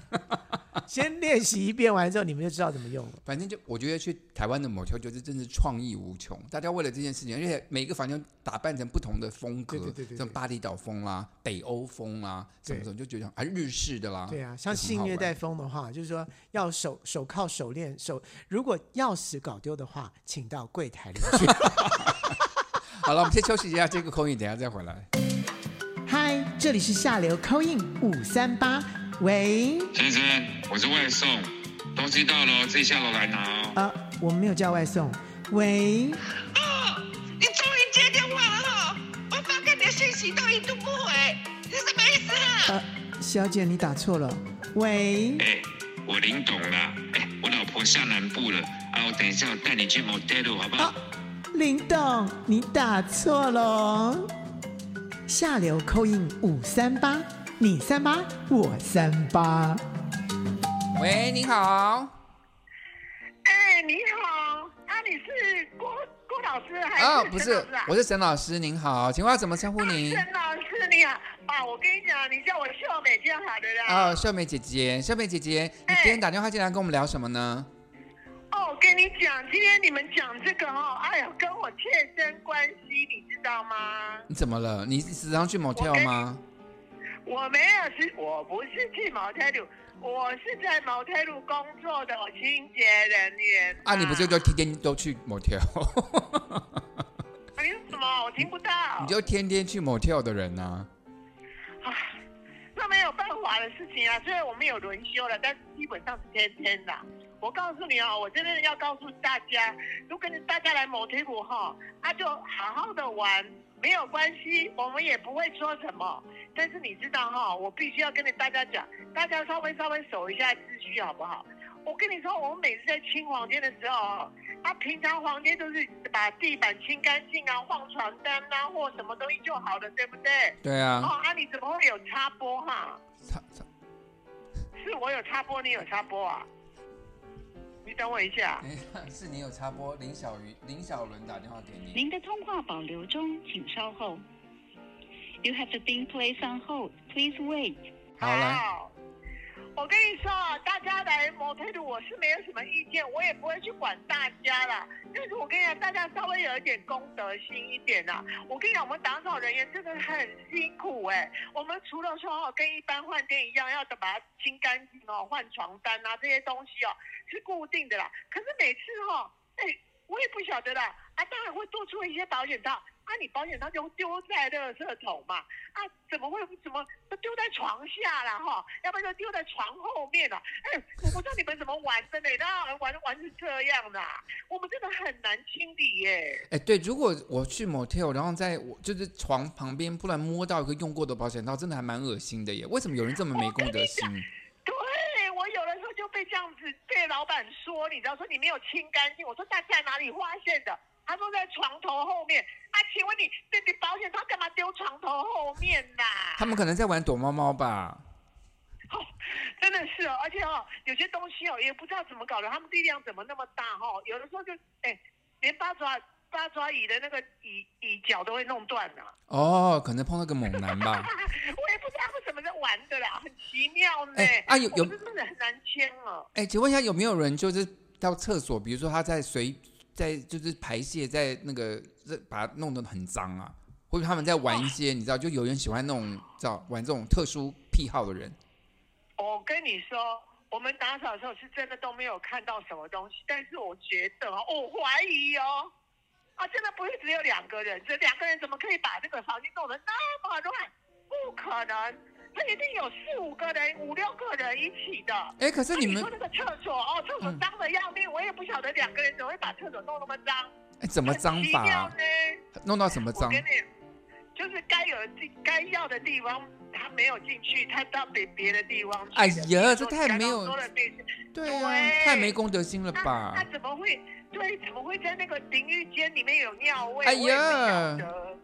S1: 先练习一遍完之后，你们就知道怎么用了。
S3: 反正就我觉得去台湾的某球就是真是创意无穷，大家为了这件事情，而且每个房间打扮成不同的风格，
S1: 对对对对对
S3: 像巴厘岛风啦、北欧风啦，什么什么，就觉得啊日式的啦，
S1: 对啊，像
S3: 就很
S1: 性
S3: 好
S1: 虐
S3: 玩
S1: 待风的话，就是说要手手铐、手链、手，如果钥匙搞丢的话，请到柜台领 取。
S3: 好了，我们先休息一下，这个口音等一下再 回来。
S1: 嗨，这里是下流 c i n 五三八，喂，
S4: 先生，我是外送，东西到了哦自己下楼来拿哦。
S1: 呃，我们没有叫外送，喂，
S5: 哦，你终于接电话了哈、我发给你的信息都一度不回，你什么意思啊？
S1: 呃，小姐你打错了，喂
S4: 哎、，我林董啦，哎、我老婆下南部了，啊，我等一下我带你去 motel 好不好？
S1: 林董，你打错了哦。下流扣印五三八，你三八，我三八。
S3: 喂，你好，
S6: 哎，你好，啊，你是郭郭老师还
S3: 啊，
S6: 是
S3: 不
S6: 陈老
S3: 是
S6: 师啊？，哎
S3: 我是沈老师，您好，请问要怎么称呼您？
S6: 陈老师你好啊，我跟你讲，你叫我秀美就好的啦。
S3: 哦，秀美姐姐，秀美姐姐，你
S6: 哎
S3: 今天打电话进来跟我们聊什么呢？
S6: 哦，我跟你讲，今天你们讲这个哦，哎呀，跟我切身关系，你知道吗？
S3: 你怎么了？你时常去 motel 吗？
S6: 我没有去，我不是去茅台路，我是在茅台路工作的我清洁人员。
S3: 啊，你不是就天天都去 motel，
S6: 哎你什么？我听不到。
S3: 你就天天去 motel 的人啊？
S6: 那没有办法的事情啊，虽然我们有轮休了，但是基本上是天天的。我告诉你哦，我真的要告诉大家，如果你大家来某推股哈，那、就好好的玩，没有关系，我们也不会说什么。但是你知道哈、我必须要跟你大家讲，大家稍微稍微守一下秩序好不好？我跟你说，我们每次在清房间的时候哦，啊，平常房间都是把地板清干净啊，放床单啊，或什么东西就好了，对不对？
S3: 对啊。
S6: 哦，啊，你怎么会有插播哈、
S3: 他他
S6: 是我有插播，你有插播啊？你等我一下。
S3: 哎，是你有插播林小鱼、林小伦打电话给你。
S7: 您的通话保留中，请稍后。You have been placed on hold. Please wait.
S3: 好来，
S6: 我跟你说，啊，大家来某态度，我是没有什么意见，我也不会去管大家啦。但是我跟你讲，大家稍微有一点公德心一点啦。我跟你讲，我们打扫人员真的很辛苦哎、我们除了说哦，跟一般饭店一样，要把它清干净哦，换床单啊这些东西哦是固定的啦。可是每次哦，哎，我也不晓得啦。啊，当然会多出一些保险套。啊，你保险套就丢在垃圾桶嘛，啊，怎么会怎么都丢在床下了哈？要不然就丢在床后面了。哎，我不知道你们怎么玩的呢，那玩玩是这样的啊、我们真的很难清理耶。
S3: 哎，对，如果我去 motel，然后在我就是床旁边，不然摸到一个用过的保险套，真的还蛮恶心的耶。为什么有人这么没公德心？
S6: 对我有的时候就被这样子被老板说，你知道说你没有清干净，我说那在哪里发现的？他说在床头后面。啊，请问你这你保险套干嘛丢床头后面呐、
S3: 他们可能在玩躲猫猫吧？
S6: 哦，真的是哦，而且哦，有些东西哦，也不知道怎么搞的，他们力量怎么那么大哦？有的时候就哎，连八爪八爪椅的那个椅椅脚都会弄断了、
S3: 哦，可能碰到个猛男吧。
S6: 我也不知道他们怎么在玩的啦，很奇妙呢。
S3: 哎啊有有
S6: 我真的很难牵哦。
S3: 哎，请问一下，有没有人就是到厕所，比如说他在随在就是排泄，在那个这把它弄得很脏啊，或者他们在玩一些，你知道，就有人喜欢那种知道玩这种特殊癖好的人。
S6: 我跟你说，我们打扫的时候是真的都没有看到什么东西，但是我觉得哦，我怀疑哦，啊，真的不是只有两个人，这两个人怎么可以把这个房间弄得那么乱？不可能，他一定有四五个人、五六个人一起的。
S3: 哎，可
S6: 那
S3: 是你们
S6: 说那个厕所哦，厕所脏的要命，我也不晓得两个人怎么会把厕所弄那么脏，
S3: 哎怎么脏
S6: 很奇
S3: 法、
S6: 妙
S3: 啊？
S6: 呢？
S3: 弄到什么
S6: 我
S3: 脏
S6: 跟？你，就是该有的地、该要的地方，他没有进去，他到别别的地方去了。
S3: 哎呀
S6: 比如说
S3: 这太没有
S6: 你刚刚说的那些
S3: 对啊，
S6: 对
S3: 太没公德心了
S6: 那
S3: 吧
S6: 那？怎么会？对，怎么会在那个淋浴间里面有尿味？
S3: 哎
S6: 我也不
S3: 呀
S6: 晓得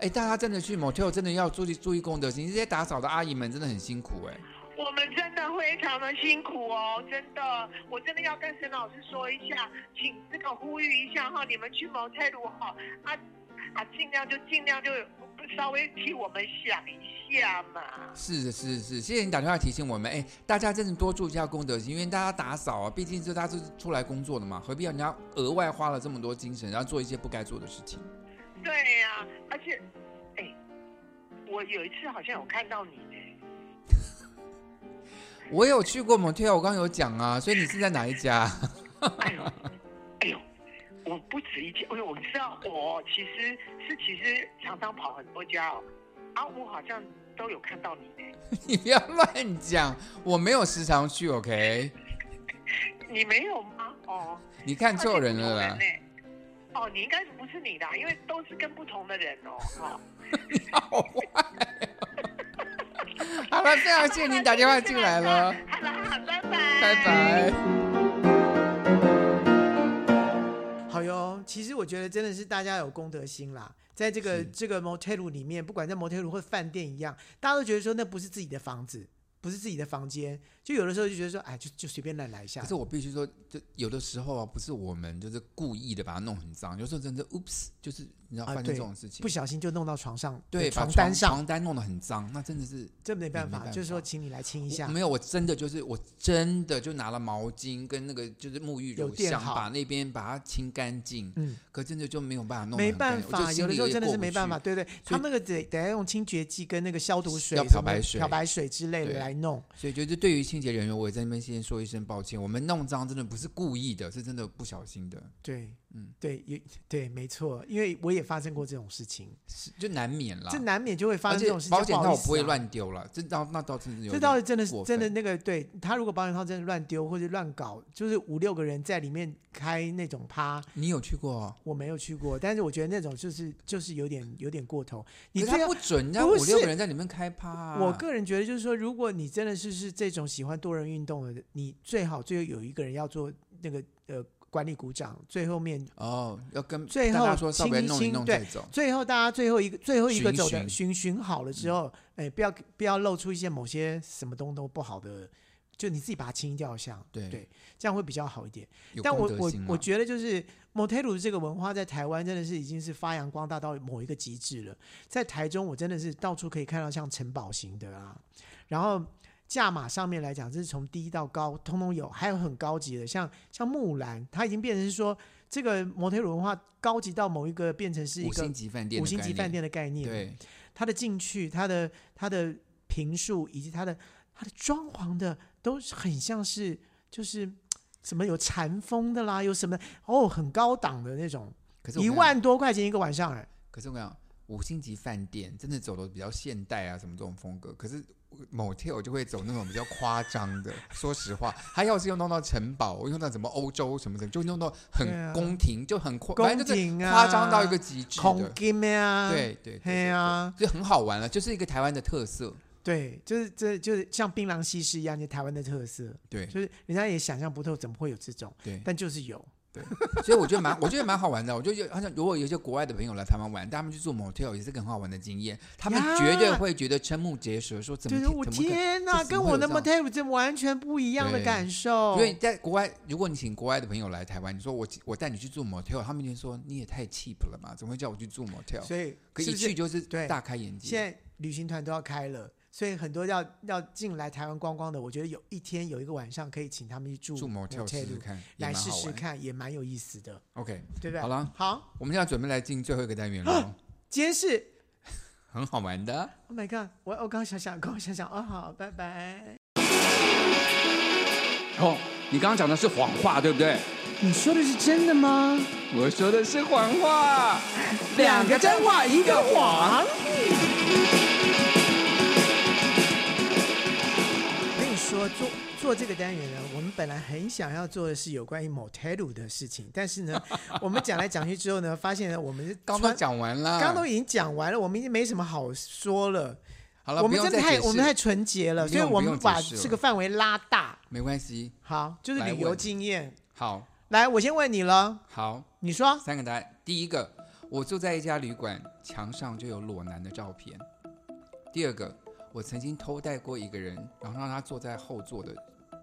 S3: 哎，大家真的去 motel 真的要注意注意公德心，这些打扫的阿姨们真的很辛苦哎、
S6: 我们真的非常的辛苦哦，真的，我真的要跟沈老师说一下，请这个呼吁一下哈，你们去茅台路哈，啊啊，尽量就尽量就稍微替我们想一下嘛。
S3: 是的是的是的，谢谢你打电话提醒我们。哎，大家真的多注意一下公德心，因为大家打扫啊，毕竟这大家是出来工作的嘛，何必要人家额外花了这么多精神，然后做一些不该做的事情？
S6: 对呀、而且，哎，我有一次好像有看到你呢，
S3: 我有去过 motel，我刚刚有讲啊，所以你是在哪一家？
S6: 哎呦，哎呦，我不止一家，哎呦，我知道我其实是其实常常跑很多家哦，啊，我好像都有看到你呢。
S3: 你不要乱讲，我没有时常去，OK？
S6: 你没有吗？哦，
S3: 你看错人了
S6: 而且不
S3: 啦
S6: 同人。欸哦，你应该不是你啦，因为都是跟不同的人哦。 哦，
S3: 好坏 哦、好了，非常谢谢您打电话进来了，
S6: 好啦，好，拜拜，
S3: 拜拜。
S1: 好哟，其实我觉得真的是大家有公德心啦，在这个
S3: 是
S1: 这个 motel 里面，不管在 motel 或饭店一样，大家都觉得说那不是自己的房子，不是自己的房间，就有的时候就觉得说，哎，就就随便乱来一下
S3: 可。是我必须说，就有的时候啊，不是我们就是故意的把它弄很脏，有时候真的 oops，就是你知道
S1: 啊
S3: 发生
S1: 对
S3: 这种事情，
S1: 不小心就弄到床上，呃
S3: 对，把
S1: 床单上，
S3: 床单弄得很脏，那真的是
S1: 这没办
S3: 没
S1: 法，
S3: 办法
S1: 就是说，请你来亲一下
S3: 我。没有，我真的就是我真的就拿了毛巾跟那个就是沐浴
S1: 有
S3: 乳，
S1: 垫
S3: 想
S1: 好
S3: 把那边把它清干净，
S1: 嗯，
S3: 可真的就没有办法弄得
S1: 没
S3: 很干
S1: 办
S3: 净，我
S1: 法，有的
S3: 就心里
S1: 时候真的
S3: 也
S1: 是
S3: 过
S1: 没
S3: 不
S1: 办
S3: 去
S1: 法，。对对，他们那个得得要用清洁剂跟那个消毒水、
S3: 要
S1: 什么
S3: 漂白水
S1: 漂白水之类的
S3: 对
S1: 来弄。
S3: 所以就是对于清洁人员，我也在那边先说一声抱歉，我们弄脏真的不是故意的，是真的不小心的，
S1: 对，嗯
S3: 嗯，
S1: 对，也对，没错，因为我也发生过这种事情，
S3: 是就难免啦
S1: 这。难免就会发
S3: 啊
S1: 生
S3: 而
S1: 这
S3: 且
S1: 种事情。
S3: 保险
S1: 不好
S3: 套我
S1: 意思
S3: 不会
S1: 啊
S3: 乱丢了，这倒那倒真的有
S1: 这
S3: 点
S1: 倒是真的是
S3: 过
S1: 真的
S3: 分
S1: 那个，对他如果保险套真的乱丢或者乱搞，就是五六个人在里面开那种趴，
S3: 你有去过哦？
S1: 我没有去过，但是我觉得那种就是就是有点有点过头。你
S3: 可是
S1: 这
S3: 他
S1: 样
S3: 不，准人家
S1: 不
S3: 五六
S1: 是
S3: 个人在里面开趴、啊。
S1: 我个人觉得就是说，如果你真的是是这种喜欢多人运动的，你最好最后有一个人要做那个呃管理鼓掌，最后面
S3: 哦，要跟
S1: 最
S3: 大
S1: 后
S3: 家说稍
S1: 亲
S3: 微
S1: 一
S3: 弄一
S1: 亲
S3: 弄
S1: 对
S3: 再走。
S1: 最后大家最后一个最后一个
S3: 循
S1: 走的
S3: 循
S1: 巡巡好了之后，哎，不要不要露出一些某些什么东东不好的，就你自己把它清掉一下，
S3: 对
S1: 对，这样会比较好一点。
S3: 有
S1: 但
S3: 公
S1: 我
S3: 德
S1: 我
S3: 心啊
S1: 我
S3: 嘛
S1: 觉得就是 motel 这个文化在台湾真的是已经是发扬光大到某一个极致了。在台中，我真的是到处可以看到像城堡型的啊，然后价码上面来讲，这是从低到高通通有，还有很高级的，像像木兰，它已经变成是说这个 motel 文化高级到某一个变成是一
S3: 五
S1: 个
S3: 星级饭店，
S1: 五星级饭
S3: 店，
S1: 店的概念，，
S3: 对，
S1: 它的进去、它的它的评述以及它的它的装潢的，都是很像是就是什么有禅风的啦，有什么哦很高档的那种，
S3: 可是我
S1: 一
S3: 跟你
S1: 万多块钱一个晚上哎、
S3: 讲，可是我跟你讲，五星级饭店真的走的比较现代啊，什么这种风格。可是 motel 就会走那种比较夸张的。说实话，他要是又弄到城堡，用到什么欧洲什么什么，就弄到
S1: 对
S3: 很
S1: 啊
S3: 宫廷，就很夸，反
S1: 宫
S3: 正就是
S1: 廷啊，
S3: 夸张到一个极致
S1: 空
S3: 的。
S1: 金啊，
S3: 对对
S1: 嘿
S3: 对，
S1: 啊，
S3: 就很好玩了，就是一个台湾的特色。
S1: 对，就是这就是像槟榔西施一样，就台湾的特色，
S3: 对
S1: 就是人家也想象不透怎么会有这种，
S3: 对，
S1: 但就是有，
S3: 所以我觉得蛮，我觉得蛮好玩的。我就有好像如果有一些国外的朋友来台湾玩，带他们去住 motel 也是个很好玩的经验，他们
S1: 呀
S3: 绝对会觉得瞠目结舌，说怎
S1: 就
S3: 么
S1: 是我
S3: 怎么可
S1: 天
S3: 这
S1: 哪，
S3: 怎
S1: 跟
S3: 么会
S1: 我的
S3: 有这样
S1: motel 这完全不一样的
S3: 对
S1: 感受。
S3: 因为在国外，如果你请国外的朋友来台湾，你说我我带你去住 motel，他们就说你也太 cheap 了嘛，怎么会叫我去住 motel？
S1: 所以
S3: 可
S1: 是
S3: 一
S1: 不是
S3: 去就是
S1: 对
S3: 大开眼界。
S1: 现在旅行团都要开了，所以很多要要进来台湾观光的，我觉得有一天有一个晚上可以请他们去住
S3: 住 motel 试试
S1: motel
S3: 看，也
S1: 来
S3: 蛮
S1: 试
S3: 好
S1: 试
S3: 玩。
S1: 看，也蛮有意思的，
S3: OK，
S1: 对不啊对？
S3: 好了
S1: 好，
S3: 我们现在准备来进最后一个单元了，
S1: 今天是
S3: 很好玩的。
S1: Oh my God，我我刚想想，刚想想，哦好，拜拜。
S2: 哦，你刚刚讲的是谎话，对不对？
S1: 你说的是真的吗？
S2: 我说的是谎话，两个真话，一个谎。
S1: 我跟你说，做做这个单元呢，我们本来很想要做的是有关于 motel 的事情，但是呢，我们讲来讲去之后呢，发现呢，我们是
S3: 刚
S1: 穿
S3: 刚讲完了，
S1: 刚都已经讲完了，我们已经没什么好说了。
S3: 好了，
S1: 我
S3: 不
S1: 们
S3: 用
S1: 真
S3: 再
S1: 的太
S3: 解释
S1: 我们太纯洁了，
S3: 不
S1: 所以
S3: 用
S1: 我
S3: 不
S1: 们
S3: 用
S1: 把
S3: 解释了
S1: 这个范围拉大。
S3: 没关系。
S1: 好，就是
S3: 来
S1: 旅游
S3: 问
S1: 经验。
S3: 好
S1: 来，我先问你了，
S3: 好，
S1: 你说
S3: 三个答案。第一个，我住在一家旅馆，墙上就有裸男的照片。第二个，我曾经偷带过一个人，然后让他坐在后座的，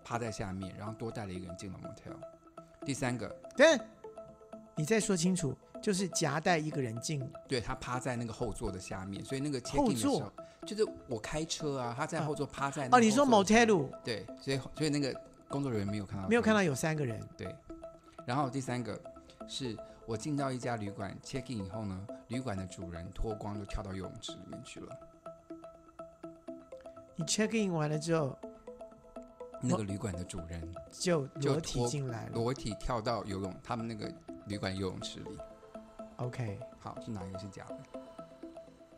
S3: 趴在下面，然后多带了一个人进了 motel。第三个，
S1: 等等，你再说清楚，就是夹带一个人进，
S3: 对他趴在那个后座的下面，所以那个 check
S1: 后
S3: in 的时
S1: 座
S3: 候，就是我开车啊，他在后座趴在那
S1: 哦，
S3: 个
S1: 你
S3: 后
S1: 说
S3: 座的下面
S1: motel
S3: 对，所以所以那个工作人员没有看到，
S1: 没有看到有三个人，
S3: 对，然后第三个是我进到一家旅馆 check in 以后呢，旅馆的主人脱光就跳到游泳池里面去了。
S1: 你 check in 完了之后
S3: 那个旅馆的主人
S1: 就
S3: 就
S1: 裸体
S3: 脱
S1: 进来了。
S3: 裸体跳到游泳，他们那个旅馆游泳池里。
S1: OK，
S3: 好，是哪一个是假的？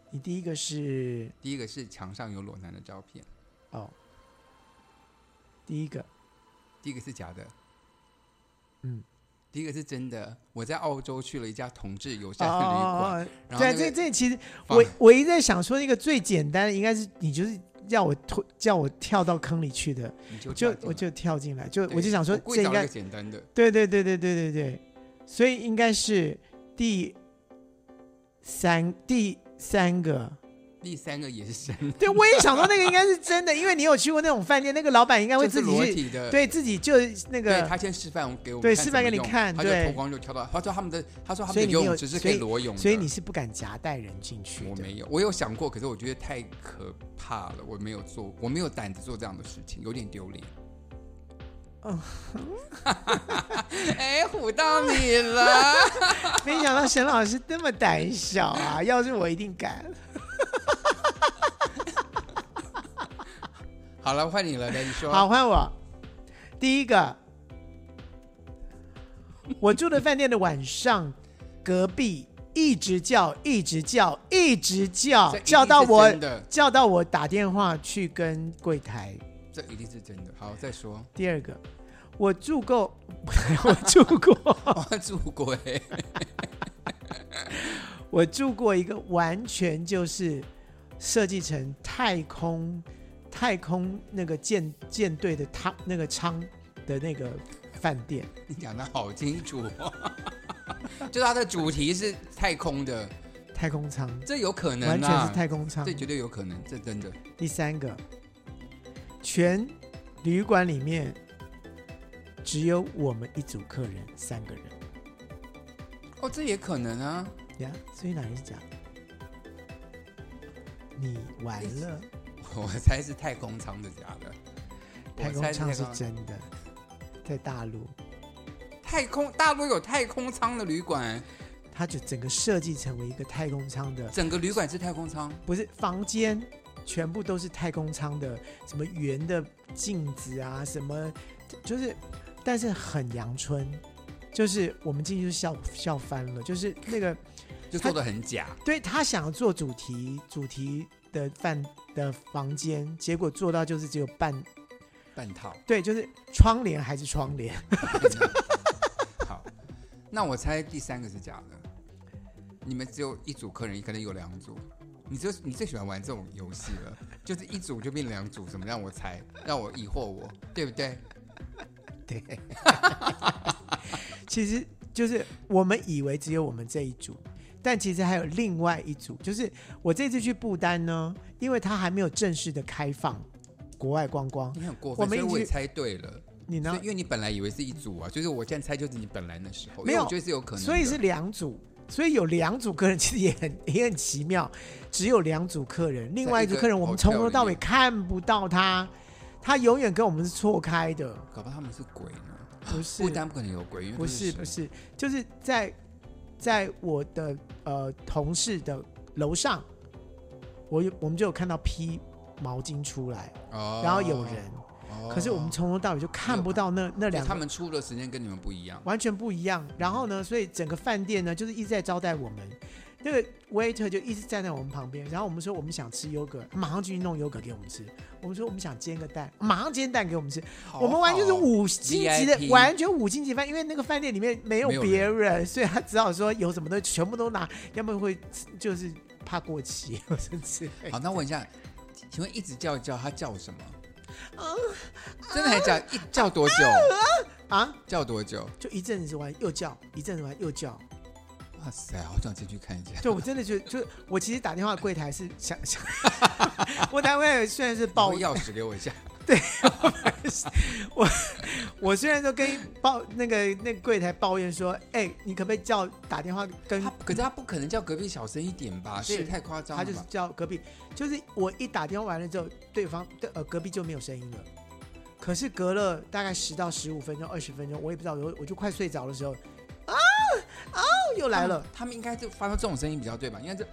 S1: 你第一个是
S3: 第一个是墙上有裸男的照片，
S1: 哦，第 一个
S3: 第一个是假的。
S1: 嗯，
S3: 第一个是真的。我在澳洲去了一家同志友
S1: 哦
S3: 善的旅馆，
S1: 哦哦，
S3: 然后
S1: 对，
S3: 那
S1: 这
S3: 个
S1: 这其实
S3: 放
S1: 我我一直在想说，那个最简单的应该是你就是叫我推叫我跳到坑里去的，
S3: 你
S1: 我
S3: 就
S1: 就
S3: 跳进
S1: 我就跳进来，
S3: 来
S1: 就
S3: 对
S1: 我就想说
S3: 故意
S1: 这应
S3: 找了
S1: 该
S3: 一个简单的，
S1: 对对对对对对对，所以应该是第三第三 个。
S3: 第三个也是真的，
S1: 对，我也想说那个应该是真的，因为你有去过那种饭店，那个老板应该会
S3: 就是
S1: 自己
S3: 裸
S1: 去，
S3: 体的，
S1: 对自己就那
S3: 对
S1: 个
S3: 他先示范给我们
S1: 对
S3: 看
S1: 示范给
S3: 怎么
S1: 你
S3: 用
S1: 看
S3: 他就
S1: 对
S3: 脱光就跳到，他说他们的，他说他
S1: 所以
S3: 们
S1: 你没
S3: 的游
S1: 有
S3: 泳池是可
S1: 所以
S3: 以裸泳的，
S1: 所以你是不敢夹带人进去的。
S3: 我没有，我有想过，可是我觉得太可怕了，我没有做，我没有胆子做这样的事情，有点丢脸。
S1: 嗯，
S3: 哎，唬到你了。
S1: 没想到沈老师这么胆小啊！要是我一定敢。
S3: 好了，换你了，来你说。
S1: 好，，换我。第一个，我住的饭店的晚上，隔壁一直叫，一直叫，一直叫
S3: 这，一定
S1: 叫到
S3: 是
S1: 我
S3: 真的，
S1: 叫到我打电话去跟柜台。
S3: 这一定是真的。好，再说。
S1: 第二个，我住够， 我住 过，
S3: 我住哦鬼，
S1: 我住过一个完全就是设计成太空太空那个舰舰队的舱那个舱的那个饭店。
S3: 你讲的好清楚、 哦，就是它的主题是太空的，
S1: 太空舱，
S3: 这有可能
S1: 完全
S3: 啊
S1: 是，太空舱
S3: 这。绝对有可能，这真的。
S1: 第三个，全旅馆里面只有我们一组客人，三个人
S3: 哦，这也可能啊。
S1: 呀，所以哪个是假的？你完了，
S3: 我猜是太空舱的假的，
S1: 太
S3: 我
S1: 空
S3: 猜
S1: 舱是
S3: 太空
S1: 真的，在大陆，
S3: 太空大陆有太空舱的旅馆，
S1: 它就整个设计成为一个太空舱的，
S3: 整个旅馆是太空舱。
S1: 不是房间。全部都是太空舱的，什么圆的镜子啊，什么就是，但是很阳春，就是我们进去就笑笑翻了，就是那个
S3: 就做的很假，
S1: 对他想要做主题主题的饭的房间，结果做到就是只有半
S3: 半套。
S1: 对，就是窗帘还是窗帘。
S3: 好，那我猜第三个是假的。你们只有一组客人，可能有两组。你就你最喜欢玩这种游戏了，就是一组就变两组，什么让我猜，让我疑惑我，对不对？
S1: 对，其实就是我们以为只有我们这一组，但其实还有另外一组。就是我这次去不丹呢，因为它还没有正式的开放国外观光，
S3: 你很过
S1: 我
S3: 分，
S1: 们
S3: 所以
S1: 一
S3: 我也
S1: 直
S3: 猜对了。
S1: 你
S3: 所
S1: 呢
S3: 以因？为你本来以为是一组啊，就是我现在猜就是你本来那时候，
S1: 没
S3: 因为
S1: 有
S3: 我觉得是有可能的，
S1: 所以是两组，所以有两组客人，其实也很也很奇妙，只有两组客人，另外一组客人我们从头到尾看不到他，他永远跟我们是错开的，
S3: 搞不好他们是鬼呢。
S1: 不是
S3: 不丹不可能有鬼，因为
S1: 不
S3: 这
S1: 是
S3: 神
S1: 不是，就是在在我的呃同事的楼上，我有我们就有看到披毛巾出来，
S3: 哦
S1: 然后有人，
S3: 哦
S1: 可是我们从头到尾就看不到那那
S3: 就
S1: 两
S3: 他
S1: 个
S3: 们出的时间跟你们不一样，
S1: 完全不一样。然后呢，所以整个饭店呢，就是一直在招待我们。那个 waiter 就一直站在我们旁边，然后我们说我们想吃 yogurt，马上就去弄 yogurt 给我们吃。我们说我们想煎个蛋，马上煎蛋给我们吃。
S3: 好
S1: 我们完全是
S3: 哦好
S1: 五星级的，
S3: VIP
S1: 完全五星级饭，因为那个饭店里面没有
S3: 没有
S1: 别人，所以他只好说有什么东西全部都拿，要么会就是怕过期， 或者是
S3: 好，那问一下，请问一直叫一叫他叫什么？真的还叫一叫多久？
S1: 啊，
S3: 叫多久？
S1: 就一阵子完又叫，一阵子完又叫。
S3: 哇塞，好想进去看一下。
S1: 对，我真的觉得，就是我其实打电话柜台是想想， 我打电话柜台虽然是报
S3: 把钥匙给 我一下，
S1: 我虽然说跟抱那个那个柜台抱怨说，哎、你可不可以叫打电话跟
S3: 他可是他不可能叫隔壁小声一点吧？这
S1: 是
S3: 也太夸张
S1: 他
S3: 了
S1: 就是
S3: 吧？
S1: 叫隔壁，就是我一打电话完了之后，对方对呃隔壁就没有声音了。可是隔了大概十到十五分钟、二十分钟，我也不知道，我我就快睡着的时候，啊啊又来了，
S3: 他们应该就发出这种声音比较对吧？应该这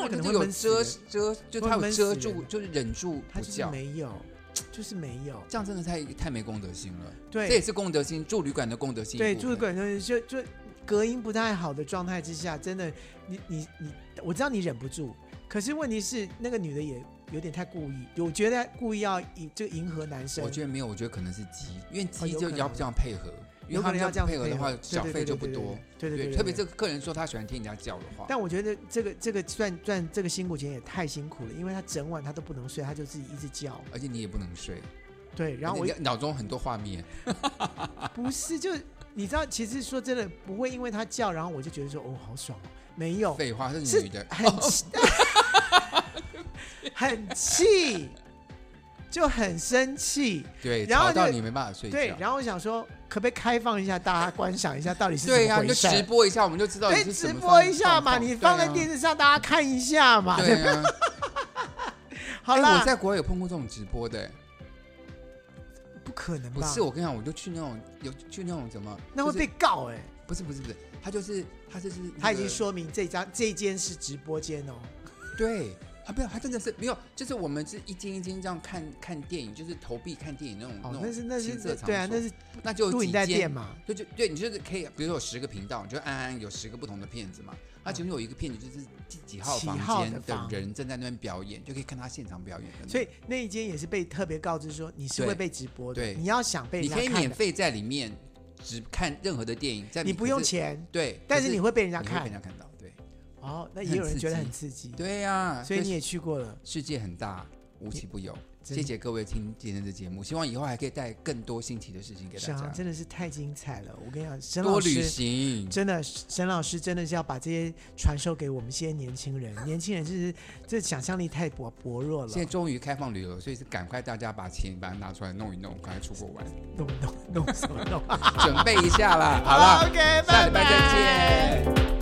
S1: 那可
S3: 就
S1: 能
S3: 是
S1: 会
S3: 有
S1: 闷死
S3: 遮
S1: 人
S3: 遮，就他有
S1: 闷
S3: 遮
S1: 死
S3: 住，
S1: 人
S3: 就是忍住
S1: 他
S3: 不
S1: 就是
S3: 叫。
S1: 没有，就是没有，
S3: 这样真的太太没公德心了，
S1: 对
S3: 这也是哎公德心，住旅馆的公德心一部
S1: 对，
S3: 分。
S1: 就是滚东西，就就隔音不太好的状态之下，真的，你你你，我知道你忍不住，可是问题是那个女的也有点太故意，我觉得故意要迎就迎合男生，
S3: 我觉得没有，我觉得可能是鸡，因为
S1: 哦
S3: 鸡
S1: 有
S3: 就
S1: 可
S3: 要
S1: 能
S3: 这样配合，因
S1: 有可
S3: 为他
S1: 能
S3: 们
S1: 要
S3: 要
S1: 这样
S3: 配合的话
S1: 配，合
S3: 小
S1: 对对对
S3: 费就不
S1: 对对
S3: 多。
S1: 对对对对
S3: 特别
S1: 对
S3: 这个客人说他喜欢听人家叫的话，
S1: 但我觉得这个这个赚赚这个辛苦钱也太辛苦了，因为他整晚他都不能睡，他就自己一直叫。
S3: 而且你也不能睡，
S1: 对，然后我
S3: 而且你脑中很多画面，
S1: 不是就你知道，其实说真的，不会因为他叫，然后我就觉得说哦好爽哦，没有，
S3: 废话是
S1: 是
S3: 女的，
S1: 很气，很气，就很生气。
S3: 对，
S1: 然后
S3: 吵到
S1: 就
S3: 你没办法睡觉。
S1: 对，然后我想说，可不可以开放一下，大家观赏一下到底是
S3: 对
S1: 怎
S3: 呀、
S1: 么
S3: 你
S1: 回
S3: 就
S1: 事？
S3: 直播一下，我们就知道你
S1: 对，
S3: 是什
S1: 直
S3: 么
S1: 播
S3: 放
S1: 一下嘛，
S3: 放
S1: 你放在
S3: 对啊
S1: 电视上，大家看一下嘛。
S3: 对啊，
S1: 好
S3: 哎
S1: 啦，
S3: 我在国外有碰过这种直播的、
S1: 不可能吧？
S3: 不是，我跟你讲，我就去那种有去那种什么，
S1: 那会
S3: 就是
S1: 被告哎、
S3: 不是不是不是，他就是他就是、那
S1: 他已经
S3: 个
S1: 说明这张这间是直播间哦，
S3: 对，啊他没有，他真的是没有，就是我们是一间一间这样看看电影，就是投币看电影那种。
S1: 哦，
S3: 种
S1: 那是那是
S3: 情色场
S1: 对啊，
S3: 所
S1: 那是
S3: 那就有
S1: 录
S3: 几
S1: 影带
S3: 间
S1: 店。嘛，
S3: 对，就对你就是可以，比如说有十个频道，你就按按有十个不同的片子嘛。它其中有一个片子就是第几号
S1: 几号
S3: 房
S1: 的
S3: 间
S1: 房
S3: 人正在那边表演，就可以看他现场表演的那种。
S1: 所以那一间也是被特别告知说你是
S3: 对
S1: 会被直播的，
S3: 对
S1: 你要想被
S3: 你
S1: 人家
S3: 可以
S1: 看
S3: 免
S1: 的，
S3: 费在里面只看任何的电影，在
S1: 你
S3: 可
S1: 不用
S3: 是。
S1: 钱，
S3: 对，
S1: 但
S3: 可
S1: 是
S3: 是
S1: 你会被人
S3: 你
S1: 家
S3: 会被
S1: 看
S3: 人家，看到，对
S1: 哦，那
S3: 很
S1: 也有人
S3: 刺
S1: 觉得
S3: 激
S1: 很刺激，
S3: 对啊呀。
S1: 所以
S3: 就
S1: 你
S3: 是
S1: 也去过了，
S3: 世界很大，无奇不有。
S1: 真
S3: 谢谢各位听今天的节目，希望以后还可以带更多新奇的事情给大
S1: 沈航
S3: 家。
S1: 啊真的是太精彩了，我跟你讲，沈
S3: 多
S1: 老
S3: 旅
S1: 师。
S3: 行，
S1: 真的，沈老师真的是要把这些传授给我们这些年轻人。年轻人就是这想象力太薄薄弱了，
S3: 现在终于开放旅游，所以是赶快大家把钱把它拿出来弄一弄，赶快出国 玩，
S1: 弄弄弄什么弄？
S3: 准备一下啦。
S1: 好
S3: 好
S1: 了
S3: 了
S1: ，OK，
S3: 下礼拜再见。